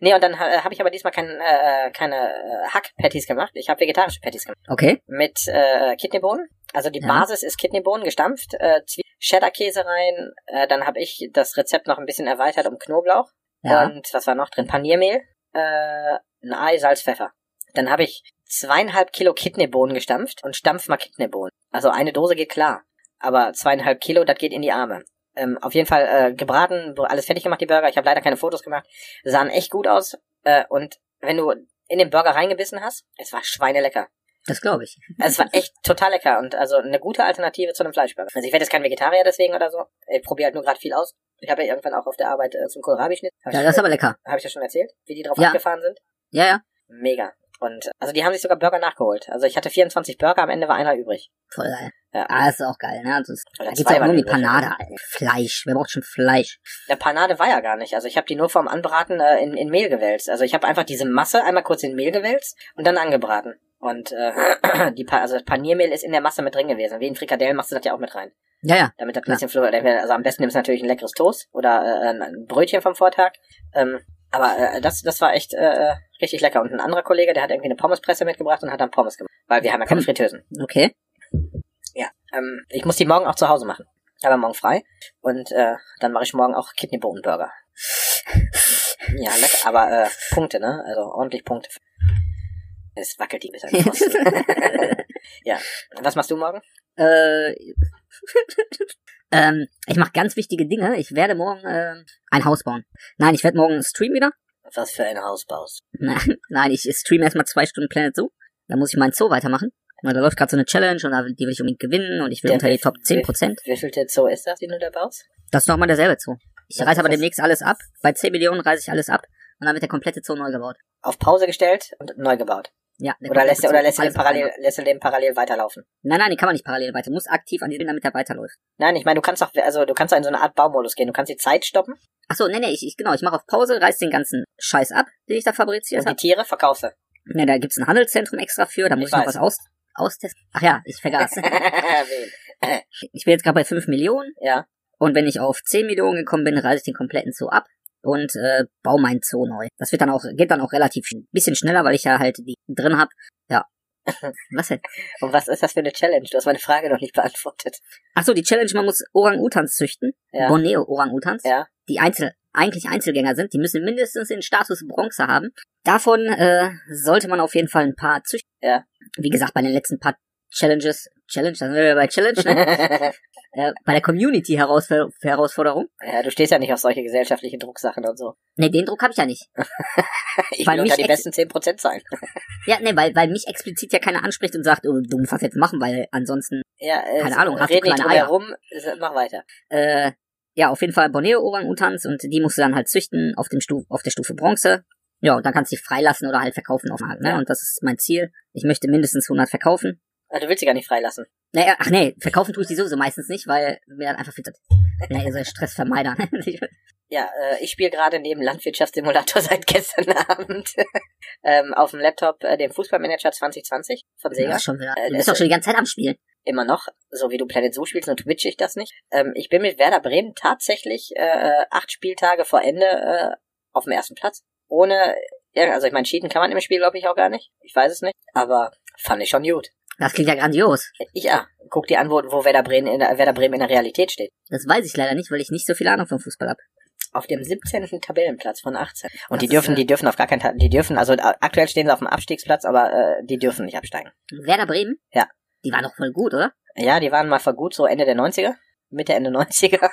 nee, und dann ha habe ich aber diesmal kein, äh, keine äh, Hack-Patties gemacht. Ich habe vegetarische Patties gemacht.
Okay.
Mit äh, Kidneybohnen. Also die
Ja.
Basis ist Kidneybohnen gestampft, äh, Zwie- Cheddar-Käse rein. Äh, dann habe ich das Rezept noch ein bisschen erweitert um Knoblauch.
Ja.
Und was war noch drin? Paniermehl, äh, ein Ei, Salz, Pfeffer. Dann habe ich zweieinhalb Kilo Kidneybohnen gestampft und stampf mal Kidneybohnen. Also eine Dose geht klar, aber zweieinhalb Kilo, das geht in die Arme. Ähm, auf jeden Fall äh, gebraten, so alles fertig gemacht, die Burger. Ich habe leider keine Fotos gemacht. Sahen echt gut aus. Äh, und wenn du in den Burger reingebissen hast, es war schweinelecker.
Das glaube ich.
Also es war echt total lecker und also eine gute Alternative zu einem Fleischburger. Also ich werde jetzt kein Vegetarier deswegen oder so. Ich probiere halt nur gerade viel aus. Ich habe ja irgendwann auch auf der Arbeit äh, zum Kohlrabi-Schnitt. Hab
Ja,
ich-
das ist aber lecker.
habe ich ja schon erzählt, wie die drauf
Ja.
abgefahren sind.
Ja, ja.
Mega. Und äh, also die haben sich sogar Burger nachgeholt. Also ich hatte 24 Burger, am Ende war einer übrig.
Voll geil.
Ja.
Ah, das ist auch geil, ne? Also, es-
Oder
da gibt's
zwei ne?
auch nur
waren
die
übrig.
Panade, Alter. Fleisch. Wer braucht schon Fleisch?
Der Panade war ja gar nicht. Also ich habe die nur vorm Anbraten äh, in, in Mehl gewälzt. Also ich habe einfach diese Masse einmal kurz in Mehl gewälzt und dann angebraten. Und äh, die pa also das Paniermehl ist in der Masse mit drin gewesen. Wie in Frikadellen machst du das ja auch mit rein.
Ja, ja.
Damit das ein
Ja.
bisschen Flo Also am besten nimmst du natürlich ein leckeres Toast oder äh, ein- ein Brötchen vom Vortag. Ähm, aber äh, das, das war echt äh, richtig lecker. Und ein anderer Kollege, der hat irgendwie eine Pommespresse mitgebracht und hat dann Pommes gemacht. Weil wir haben ja keine
Pommes-
Fritteusen.
Okay.
Ähm, ich muss die morgen auch zu Hause machen. Aber morgen frei. Und äh, dann mache ich morgen auch Kidneybohnenburger. Ja, lecker. Aber äh, Punkte, ne? Also ordentlich Punkte. Es wackelt die bisschen. ja. Was machst du morgen?
Äh, ähm, ich mache ganz wichtige Dinge. Ich werde morgen ähm, ein Haus bauen. Nein, ich werde morgen streamen wieder.
Was für ein Haus baust?
Nein, nein, ich streame erstmal zwei Stunden Planet Zoo. Dann muss ich meinen Zoo weitermachen. Weil da läuft gerade so eine Challenge und da- die will ich unbedingt gewinnen und ich will
Der
unter die
Wef-
Top 10%.
Wie viel Zoo ist das, den du da baust?
Das ist nochmal derselbe Zoo. Ich
Das
reiß
ist
aber
das-
demnächst alles ab. Bei 10 Millionen reiß ich alles ab und dann wird der komplette Zoo neu gebaut.
Auf Pause gestellt und neu gebaut.
Ja, der
Oder
komplette
lässt,
Zoo,
er- oder lässt, er den
alles auf
parallel,
einmal.
lässt er den parallel weiterlaufen?
Nein, nein, die kann man nicht parallel weiter. Muss aktiv an die damit er weiterläuft.
Nein, ich meine, du kannst doch, also du kannst doch in so eine Art Baumodus gehen. Du kannst die Zeit stoppen
Achso, nee, nee, ich, ich genau, ich mache auf Pause, reiß den ganzen Scheiß ab, den ich da fabriziert
und die
habe.
Tiere verkaufst du.
Ne, da gibt's ein Handelszentrum extra für, da muss
Ich
ich, noch was
weiß.
aus, austesten. Ach ja, ich vergaß.
Wen?
ich bin jetzt gerade bei 5 Millionen
ja.
und wenn ich auf 10 Millionen gekommen bin, reiß ich den kompletten Zoo ab und äh, baue meinen Zoo neu. Das wird dann auch, geht dann auch relativ schn- bisschen schneller, weil ich ja halt die drin hab. Ja. Was denn?
Und was ist das für eine Challenge? Du hast meine Frage noch nicht beantwortet.
Achso, die Challenge, man muss Orang-Utans züchten.
Ja.
Borneo-Orang-Utans.
Ja.
die Einzel eigentlich Einzelgänger sind, die müssen mindestens den Status Bronze haben. Davon äh, sollte man auf jeden Fall ein paar züchten.
Ja.
Wie gesagt, bei den letzten paar Challenges, Challenge, dann sind wir bei Challenge, ne? äh, bei der Community-Herausforderung.
ja, du stehst ja nicht auf solche gesellschaftlichen Drucksachen und so.
Ne, den Druck habe ich ja nicht.
Ich
Weil
will
mich
unter die
ex-
besten 10% sein.
Ja, ne, weil, weil mich explizit ja keiner anspricht und sagt, oh, du musst das jetzt machen, weil ansonsten,
Ja, äh,
Keine Ahnung, hast du
red nicht
kleine
drum
Eier?
herum, s- mach weiter.
äh, ja, auf jeden Fall Borneo-Orang-Utans und die musst du dann halt züchten auf, dem Stu auf der Stufe Bronze. Ja, und dann kannst du die freilassen oder halt verkaufen auf dem Markt, ne?
Ja.
Und das ist mein Ziel. Ich möchte mindestens 100 verkaufen.
Ah, Du willst sie gar nicht freilassen.
Naja, ach nee, verkaufen tue ich die sowieso meistens nicht, weil mir dann einfach viel zu... Naja, so Stressvermeider. ne?
Ja, äh, ich spiele gerade neben Landwirtschaftssimulator seit gestern Abend ähm, auf dem Laptop äh, den Fußballmanager 2020 von Sega.
Ja, schon wieder.
Äh,
Du
das-
bist doch schon die ganze Zeit am Spielen.
Immer noch, so wie du Planet Zoo spielst, nur twitch ich das nicht. Ähm, ich bin mit Werder Bremen tatsächlich äh, acht Spieltage vor Ende äh, auf dem ersten Platz. Ohne, ja, also ich meine, cheaten kann man im Spiel, glaube ich, auch gar nicht. Ich weiß es nicht, aber fand ich schon gut.
Das klingt ja grandios.
Ich, ja, guck dir an, wo, wo Werder, Bremen in der, Werder Bremen in der Realität steht.
Das weiß ich leider nicht, weil ich nicht so viel Ahnung vom Fußball habe.
auf dem 17. Tabellenplatz von 18. Und
Das
die
ist,
dürfen,
äh,
die dürfen auf gar keinen Fall, die dürfen, also a- aktuell stehen sie auf dem Abstiegsplatz, aber äh, die dürfen nicht absteigen.
Werder Bremen?
Ja.
Die waren doch voll gut, oder?
Ja, die waren mal vor gut, so Ende der 90er, Mitte, Ende 90er,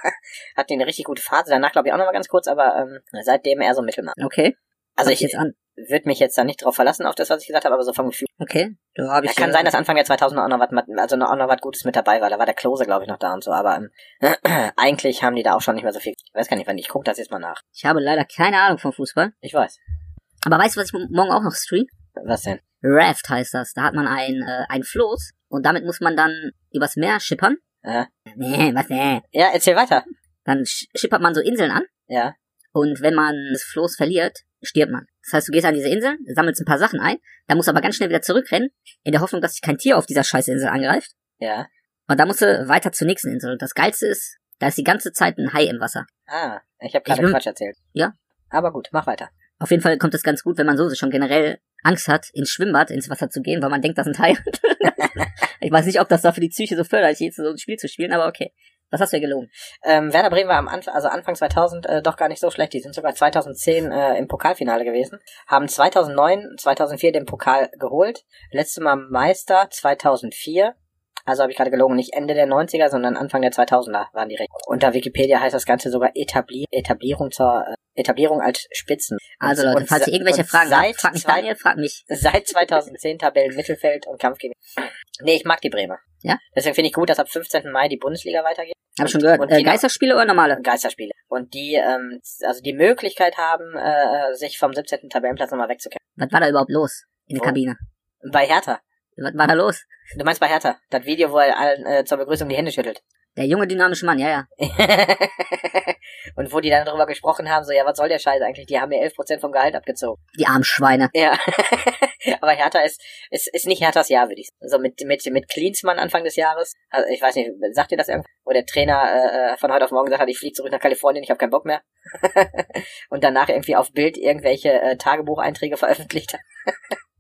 hatten eine richtig gute Phase, danach glaube ich auch nochmal ganz kurz, aber ähm, seitdem eher so Mittelmaß.
Okay.
Also
Mach
ich
jetzt an.
würde mich jetzt da nicht drauf verlassen, auf das, was ich gesagt habe, aber so vom Gefühl.
Okay. Da habe
Ja,
ich.
kann
äh,
sein, dass Anfang der 2000er auch noch was, also noch, auch noch was Gutes mit dabei war, da war der Klose glaube ich noch da und so, aber ähm, eigentlich haben die da auch schon nicht mehr so viel, ich weiß gar nicht, wann, ich gucke das jetzt mal nach.
Ich habe leider keine Ahnung vom Fußball.
Ich weiß.
Aber weißt du, was ich mo- morgen auch noch stream?
Was denn?
Raft heißt das. Da hat man ein, äh, ein Floß und damit muss man dann übers Meer schippern.
Äh,
Nee, was, nee.
ja, erzähl weiter.
Dann sch- schippert man so Inseln an
Ja.
und wenn man das Floß verliert, stirbt man. Das heißt, du gehst an diese Inseln, sammelst ein paar Sachen ein, dann musst du aber ganz schnell wieder zurückrennen, in der Hoffnung, dass dich kein Tier auf dieser scheiß Insel angreift.
Ja.
Und da musst du weiter zur nächsten Insel. Und das Geilste ist, da ist die ganze Zeit ein Hai im Wasser.
Ah, ich habe gerade
Ich bin-
Quatsch erzählt.
Ja.
Aber gut, mach weiter.
Auf jeden Fall kommt das ganz gut, wenn man so schon generell Angst hat, ins Schwimmbad, ins Wasser zu gehen, weil man denkt, das sind Haie. ich weiß nicht, ob das da für die Psyche so förderlich ist, so ein Spiel zu spielen, aber okay. Das hast du ja gelogen.
Ähm, Werder Bremen war am Anfang, also Anfang 2000 äh, doch gar nicht so schlecht. Die sind sogar 2010 äh, im Pokalfinale gewesen. Haben 2009, 2004 den Pokal geholt. Letztes Mal Meister 2004. Also habe ich gerade gelogen, nicht Ende der 90er, sondern Anfang der 2000er waren die recht. Unter Wikipedia heißt das Ganze sogar Etabli Etablierung zur äh, Etablierung als Spitzen.
Also
Und-
Leute,
und
falls
se-
ihr irgendwelche
und
Fragen
seit
habt, fragt mich
zwei-
Daniel, fragt mich.
Seit 2010 Tabellen Mittelfeld und Kampf gegen. Nee, ich mag die Bremer.
Ja?
Deswegen finde ich gut, dass ab 15. Mai die Bundesliga weitergeht.
Hab ich schon gehört.
Und
Äh,
Tina-
Geisterspiele oder normale?
Geisterspiele. Und die, ähm, also die Möglichkeit haben, äh, sich vom 17. Tabellenplatz nochmal wegzukämpfen.
Was war da überhaupt los in der
Wo?
Kabine?
Bei Hertha.
Was war da los?
Du meinst bei Hertha. Das Video, wo er allen äh, zur Begrüßung die Hände schüttelt.
Der junge dynamische Mann, ja, ja.
und wo die dann darüber gesprochen haben, so, ja, was soll der Scheiß eigentlich? Die haben mir 11% vom Gehalt abgezogen.
Die armen Schweine.
Ja. Aber Hertha ist, ist, ist nicht Herthas Jahr, würde ich sagen. So mit, mit, mit Klinsmann Anfang des Jahres. Also ich weiß nicht, sagt ihr das irgendwas? Wo der Trainer äh, von heute auf morgen gesagt hat, ich fliege zurück nach Kalifornien, ich habe keinen Bock mehr. und danach irgendwie auf Bild irgendwelche äh, Tagebucheinträge veröffentlicht hat.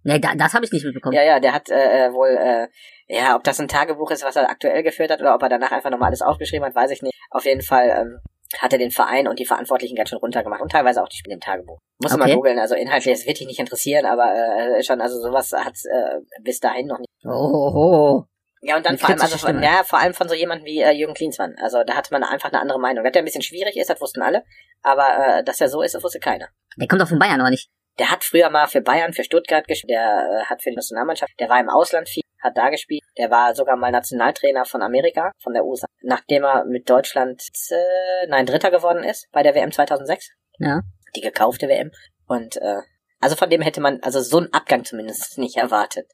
Nee, da, das habe ich nicht mitbekommen.
Ja, ja, der hat äh, äh, wohl, äh, ja, ob das ein Tagebuch ist, was er aktuell geführt hat, oder ob er danach einfach nochmal alles aufgeschrieben hat, weiß ich nicht. Auf jeden Fall ähm, hat er den Verein und die Verantwortlichen ganz schön runtergemacht und teilweise auch die Spiele im Tagebuch. Muss man mal
Okay.
googeln, also inhaltlich, es wird dich nicht interessieren, aber äh, schon, also sowas hat's äh, bis dahin noch nicht.
Oh, oh, oh.
Ja, und dann
Eine
vor allem,
kritische
also von,
Stimme.
ja, vor allem von so jemandem wie äh, Jürgen Klinsmann. Also da hatte man einfach eine andere Meinung. Dass der ein bisschen schwierig ist, das wussten alle, aber äh, dass er so ist, das wusste keiner.
Der kommt doch von Bayern, oder nicht?
Der hat früher mal für Bayern, für Stuttgart gespielt, der äh, hat für die Nationalmannschaft, der war im Ausland viel, hat da gespielt, der war sogar mal Nationaltrainer von Amerika, von der USA, nachdem er mit Deutschland, äh, nein, Dritter geworden ist bei der WM 2006.
Ja.
Die gekaufte WM. Und, äh, also von dem hätte man, also so einen Abgang zumindest nicht erwartet.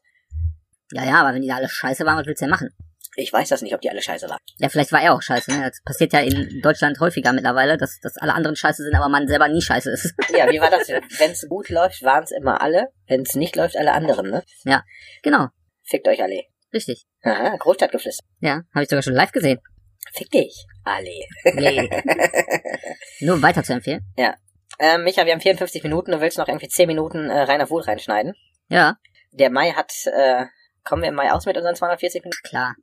Ja, ja, aber wenn die da alle scheiße waren, was willst du denn machen?
Ich weiß das nicht, ob die alle scheiße waren.
Ja, vielleicht war er auch scheiße, ne? Das passiert ja in Deutschland häufiger mittlerweile, dass, dass alle anderen scheiße sind, aber man selber nie scheiße ist.
Ja, wie war das? Wenn's gut läuft, waren's immer alle. Wenn's nicht läuft, alle anderen, ne?
genau,
Fickt euch alle.
richtig.
Aha, Großstadtgeflüster.
Ja, habe ich sogar schon live gesehen.
Fick dich, alle.
Yay. Nur weiter zu empfehlen.
Ähm, Micha, wir haben 54 Minuten, du willst noch irgendwie 10 Minuten äh, Rainer Wohl reinschneiden.
Ja,
Der Mai hat, äh, kommen wir im Mai aus mit unseren 240 Minuten?
klar.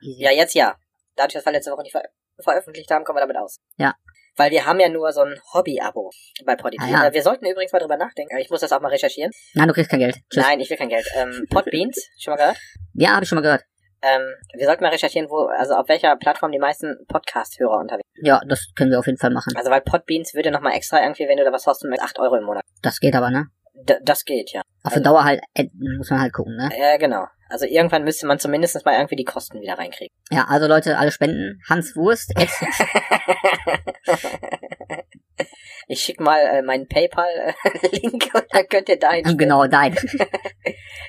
Easy.
Ja, jetzt ja. Dadurch, dass wir letzte Woche nicht ver veröffentlicht haben, kommen wir damit aus.
Ja.
Weil wir haben ja nur so ein Hobby-Abo bei Podigy.
Ah, ja.
Äh, Wir sollten übrigens mal drüber nachdenken. Ich muss das auch mal recherchieren.
Nein, du kriegst kein Geld. Tschüss.
Nein, ich will kein Geld. Ähm, Podbeans, schon mal gehört?
Ja, habe ich schon mal gehört.
Ähm, wir sollten mal recherchieren, wo, also auf welcher Plattform die meisten Podcast-Hörer unterwegs sind.
Ja, das können wir auf jeden Fall machen.
Also weil Podbeans würde nochmal extra irgendwie, wenn du da was hast, mit 8 Euro im Monat.
Das geht aber, ne?
D das geht, ja.
Auf der Dauer halt, äh, muss man halt gucken, ne?
Ja, genau. Also irgendwann müsste man zumindest mal irgendwie die Kosten wieder reinkriegen.
Ja, also Leute, alle spenden. Hans Wurst, at,
Ich schicke mal äh, meinen PayPal-Link und dann könnt ihr da hin.
genau, dein.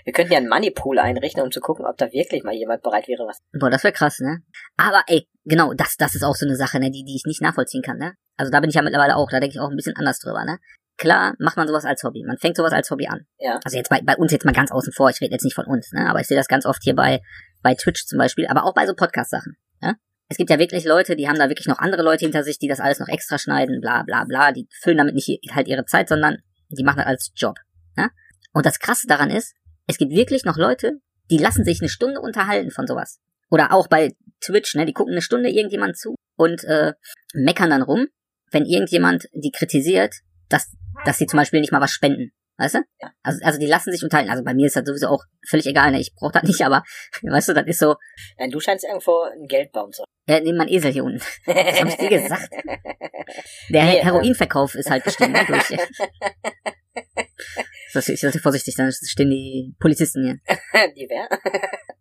Wir könnten ja einen Moneypool einrichten, um zu gucken, ob da wirklich mal jemand bereit wäre, was.
Boah, das wäre krass, ne? Aber ey, genau, das, das ist auch so eine Sache, ne, die, die ich nicht nachvollziehen kann, ne? Also da bin ich ja mittlerweile auch, da denke ich auch ein bisschen anders drüber, ne? Klar, macht man sowas als Hobby. Man fängt sowas als Hobby an.
Ja.
Also jetzt bei, bei uns jetzt mal ganz außen vor, ich rede jetzt nicht von uns, ne? Aber ich sehe das ganz oft hier bei, bei Twitch zum Beispiel, aber auch bei so Podcast-Sachen. Ne? Es gibt ja wirklich Leute, die haben da wirklich noch andere Leute hinter sich, die das alles noch extra schneiden, bla bla bla, die füllen damit nicht i- halt ihre Zeit, sondern die machen das als Job. Ne? Und das krasse daran ist, es gibt wirklich noch Leute, die lassen sich eine Stunde unterhalten von sowas. Oder auch bei Twitch, ne? Die gucken eine Stunde irgendjemand zu und äh, meckern dann rum, wenn irgendjemand die kritisiert, dass, dass sie zum Beispiel nicht mal was spenden. Weißt du?
Ja.
Also, also die lassen sich unterhalten. Also bei mir ist das sowieso auch völlig egal, ne? Ich brauche das nicht, aber weißt du, das ist so, äh,
Nein, du scheinst irgendwo einen Geldbaum zu.
ja, nimm mein Esel hier unten. Das hab ich dir gesagt. Der
Nee,
Heroinverkauf ist halt bestimmt ne, durch. Das, ich sollte vorsichtig sein, sonst stehen die Polizisten hier.
die wer?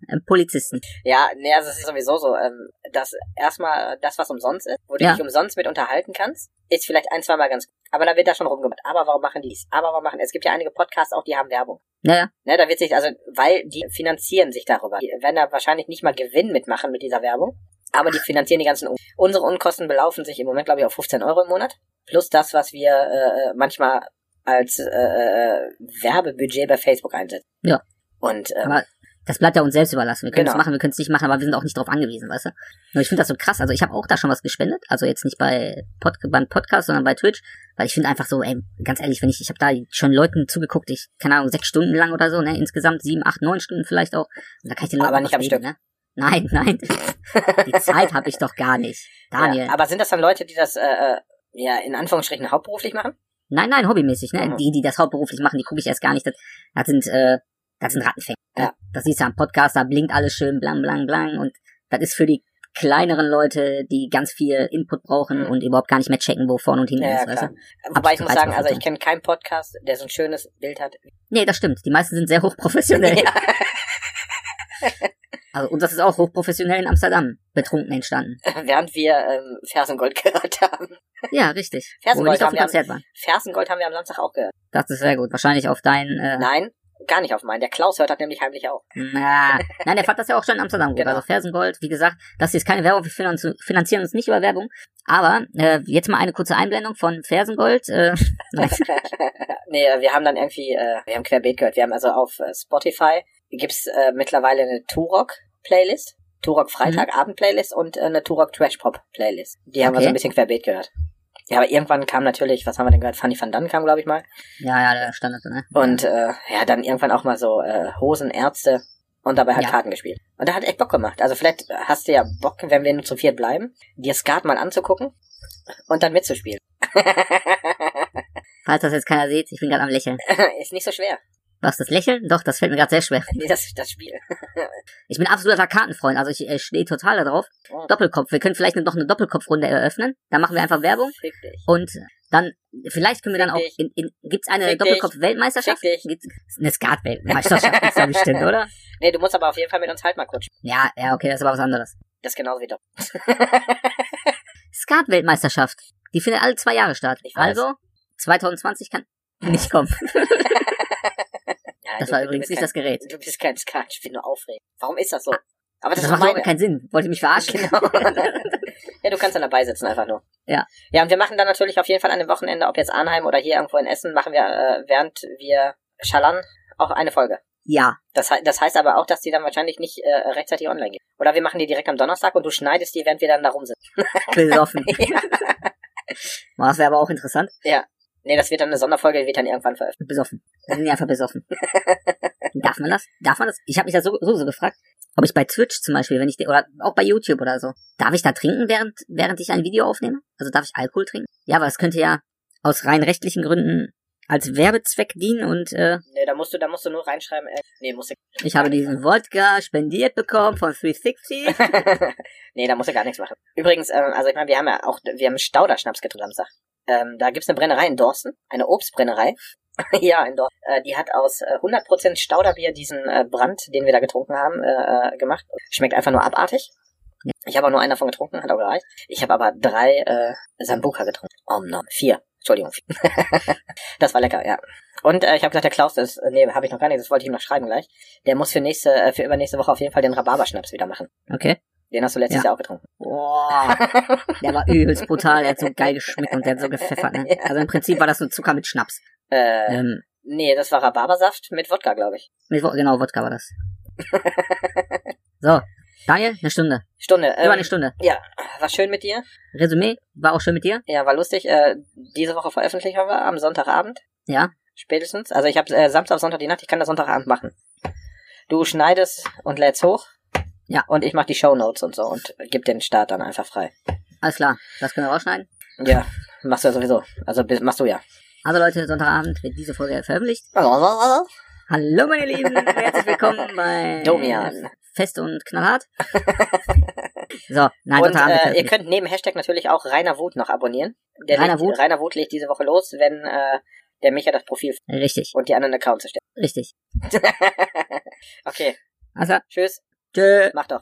Äh, Polizisten.
Ja, nee, also es ist sowieso so, ähm, dass erstmal das, was umsonst ist, wo du
Ja.
dich umsonst mit unterhalten kannst, ist vielleicht ein, zweimal ganz gut. Aber da wird da schon rumgemacht. Aber warum machen die es? Aber warum machen? Es gibt ja einige Podcasts auch, die haben Werbung.
Naja,
Ne, da wird sich, also, weil die finanzieren sich darüber. Die werden da wahrscheinlich nicht mal Gewinn mitmachen mit dieser Werbung. Aber die finanzieren die ganzen, Un unsere Unkosten belaufen sich im Moment, glaube ich, auf 15 Euro im Monat. Plus das, was wir äh, äh, manchmal als äh, äh, Werbebudget bei Facebook einsetzen.
Ja.
Und, ähm,
aber das bleibt ja uns selbst überlassen. Wir können es
Genau.
machen, wir können es nicht machen, aber wir sind auch nicht darauf angewiesen, weißt du? Nur ich finde das so krass. Also ich habe auch da schon was gespendet. Also jetzt nicht bei Pod beim Podcast, sondern bei Twitch. Weil ich finde einfach so, ey, ganz ehrlich, wenn ich, ich habe da schon Leuten zugeguckt, ich, keine Ahnung, sechs Stunden lang oder so, ne? Insgesamt sieben, acht, neun Stunden vielleicht auch. Und da kann ich den Leuten
Aber
auch
nicht
was
am
geben,
Stück.
Ne? Nein, nein. Die Zeit habe ich doch gar nicht. Daniel.
Ja, aber sind das dann Leute, die das äh, äh, ja in Anführungsstrichen hauptberuflich machen?
Nein, nein, hobbymäßig, ne?
Mhm.
Die, die das hauptberuflich machen, die gucke ich erst gar nicht. Das, das sind, äh, das sind Rattenfänger.
Ja.
Das siehst du am Podcast, da blinkt alles schön, blang, blang, blang. Und das ist für die kleineren Leute, die ganz viel Input brauchen
Mhm.
und überhaupt gar nicht mehr checken, wo vorne und hinten
Ja, ja,
ist, weißt
klar.
du?
Wobei ich muss sagen, also ich
Absolut.
kenne keinen Podcast, der so ein schönes Bild hat.
Nee, das stimmt. Die meisten sind sehr hochprofessionell.
Ja.
Also, und das ist auch hochprofessionell in Amsterdam betrunken entstanden.
Während wir ähm, Fersengold gehört haben.
Ja, richtig.
Fersengold
Wo wir nicht auf
haben
dem
wir-
Konzert waren.
Fersengold haben wir am Samstag auch gehört.
Das ist sehr gut. Wahrscheinlich auf deinen, äh,
Nein, gar nicht auf meinen. Der Klaus hört das nämlich heimlich auch.
Na, nein, der fand das ja auch schon in Amsterdam gut.
Genau.
Also Fersengold, wie gesagt, das hier ist keine Werbung, wir finanz- finanzieren uns nicht über Werbung. Aber äh, jetzt mal eine kurze Einblendung von Fersengold. Äh, nein,
Nee, wir haben dann irgendwie, äh, wir haben Querbeet gehört. Wir haben also auf äh, Spotify gibt's äh, mittlerweile eine Turok-Playlist. Turok Freitagabend-Playlist und äh, eine Turok Trash-Pop-Playlist. Die haben wir
Mhm. Okay.
so ein bisschen Querbeet gehört. Ja, aber irgendwann kam natürlich, was haben wir denn gehört? Fanny van Dunn kam, glaube ich, mal.
ja, ja, der Standard, ne?
Und äh, ja, dann irgendwann auch mal so äh, Hosen, Ärzte und dabei halt
Ja.
Karten gespielt. Und da hat echt Bock gemacht. Also vielleicht hast du ja Bock, wenn wir nur zu viert bleiben, dir Skat mal anzugucken und dann mitzuspielen.
Falls das jetzt keiner sieht, ich bin gerade am Lächeln.
Ist nicht so schwer.
Was, das Lächeln? Doch, das fällt mir gerade sehr schwer.
Das, das Spiel.
Ich bin absoluter Kartenfreund, also ich äh, stehe total darauf.
Oh,
Doppelkopf, wir können vielleicht noch eine Doppelkopfrunde eröffnen. Da machen wir einfach Werbung
fick dich.
und dann, vielleicht können wir dann auch,
Fick dich.
in, in, gibt's eine
Fick dich.
Doppelkopf-Weltmeisterschaft?
Fick dich.
Gibt's eine Skat-Weltmeisterschaft, ist da bestimmt, oder?
Nee, du musst aber auf jeden Fall mit uns halt mal kurz spielen.
Ja, ja, okay, das ist aber was anderes.
Das ist genauso wie doch.
Skat-Weltmeisterschaft. Die findet alle zwei Jahre statt.
Ich weiß.
Also, 2020 kann nicht kommen.
Ja,
Das
du-
war
du
übrigens
bist
nicht
kein,
das Gerät.
Du bist kein Skat, ich bin nur aufregend. Warum ist das so? Aber das,
Das
ist
macht
meine.
überhaupt keinen Sinn. Wollt ihr mich verarschen?
Genau. ja, du kannst dann dabei sitzen einfach nur.
Ja.
Ja, und wir machen dann natürlich auf jeden Fall an dem Wochenende, ob jetzt Arnheim oder hier irgendwo in Essen, machen wir, äh, während wir schallern, auch eine Folge.
Ja,
Das, hei- das heißt aber auch, dass die dann wahrscheinlich nicht äh, rechtzeitig online geht. Oder wir machen die direkt am Donnerstag und du schneidest die, während wir dann da rum sind.
besoffen.
Ja.
Boah, Das wäre aber auch interessant.
Nee, das wird dann eine Sonderfolge, die wird dann irgendwann veröffentlicht.
Besoffen. Wir sind ja einfach besoffen. Darf man das? Darf man das? Ich habe mich da so, so, so gefragt, ob ich bei Twitch zum Beispiel, wenn ich, oder auch bei YouTube oder so, darf ich da trinken, während, während ich ein Video aufnehme? Also darf ich Alkohol trinken? Ja, aber es könnte ja aus rein rechtlichen Gründen als Werbezweck dienen und, äh,
Nee, Ne, da musst du, da musst du nur reinschreiben, äh, nee, musst du,
Ich habe diesen Wodka spendiert bekommen von 360.
nee, da musst du gar nichts machen. Übrigens, ähm, also ich meine, wir haben ja auch, wir haben Stauderschnaps getrunken am Samstag. Ähm, da gibt's eine Brennerei in Dorsten, eine Obstbrennerei. ja, in Dortmund. Äh, die hat aus äh, 100% Stauderbier diesen äh, Brand, den wir da getrunken haben, äh, äh, gemacht. Schmeckt einfach nur abartig. Ich habe auch nur einen davon getrunken, hat auch gereicht. Ich habe aber drei äh, Sambuka getrunken. Oh, no, vier. Entschuldigung. das war lecker, ja. Und äh, ich habe gesagt, der Klaus, das, nee, habe ich noch gar nicht, das wollte ich ihm noch schreiben gleich. Der muss für nächste, äh, für übernächste Woche auf jeden Fall den Rhabarberschnaps wieder machen.
Okay.
Den hast du letztes
Ja.
Jahr auch getrunken.
Boah, der war übelst brutal, der hat so geil geschmeckt und der hat so gepfeffert. Ne? Also im Prinzip war das nur Zucker mit Schnaps.
Äh,
Ähm,
Nee, das war Rhabarbersaft mit Wodka, glaube ich.
mit, Wo- genau, Wodka war das. So, Daniel, eine Stunde.
Stunde. Ähm,
Über eine Stunde.
Ja, war schön mit dir.
Resümee, war auch schön mit dir.
Ja, war lustig. Äh, diese Woche veröffentlichen wir am Sonntagabend.
Ja.
Spätestens. Also ich habe äh, Samstag, Sonntag die Nacht. Ich kann das Sonntagabend machen. Du schneidest und lädst hoch.
Ja.
Und ich mache die Shownotes und so und gib den Start dann einfach frei.
Alles klar, das können wir rausschneiden.
Ja, machst du ja sowieso. Also bist- machst du ja.
Also Leute, Sonntagabend wird diese Folge veröffentlicht. Hallo meine Lieben, herzlich willkommen bei
Domian.
Fest und Knallhart. So, nein,
und
Sonntagabend wird
äh, ihr
veröffentlicht.
könnt neben Hashtag natürlich auch Rainer Wut noch abonnieren. Der
Rainer
legt,
Wuth?
Rainer Wut legt diese Woche los, wenn äh, der Micha das Profil
Richtig,
und die anderen Accounts erstellt.
richtig.
Okay,
Also,
tschüss,
tschö.
mach doch.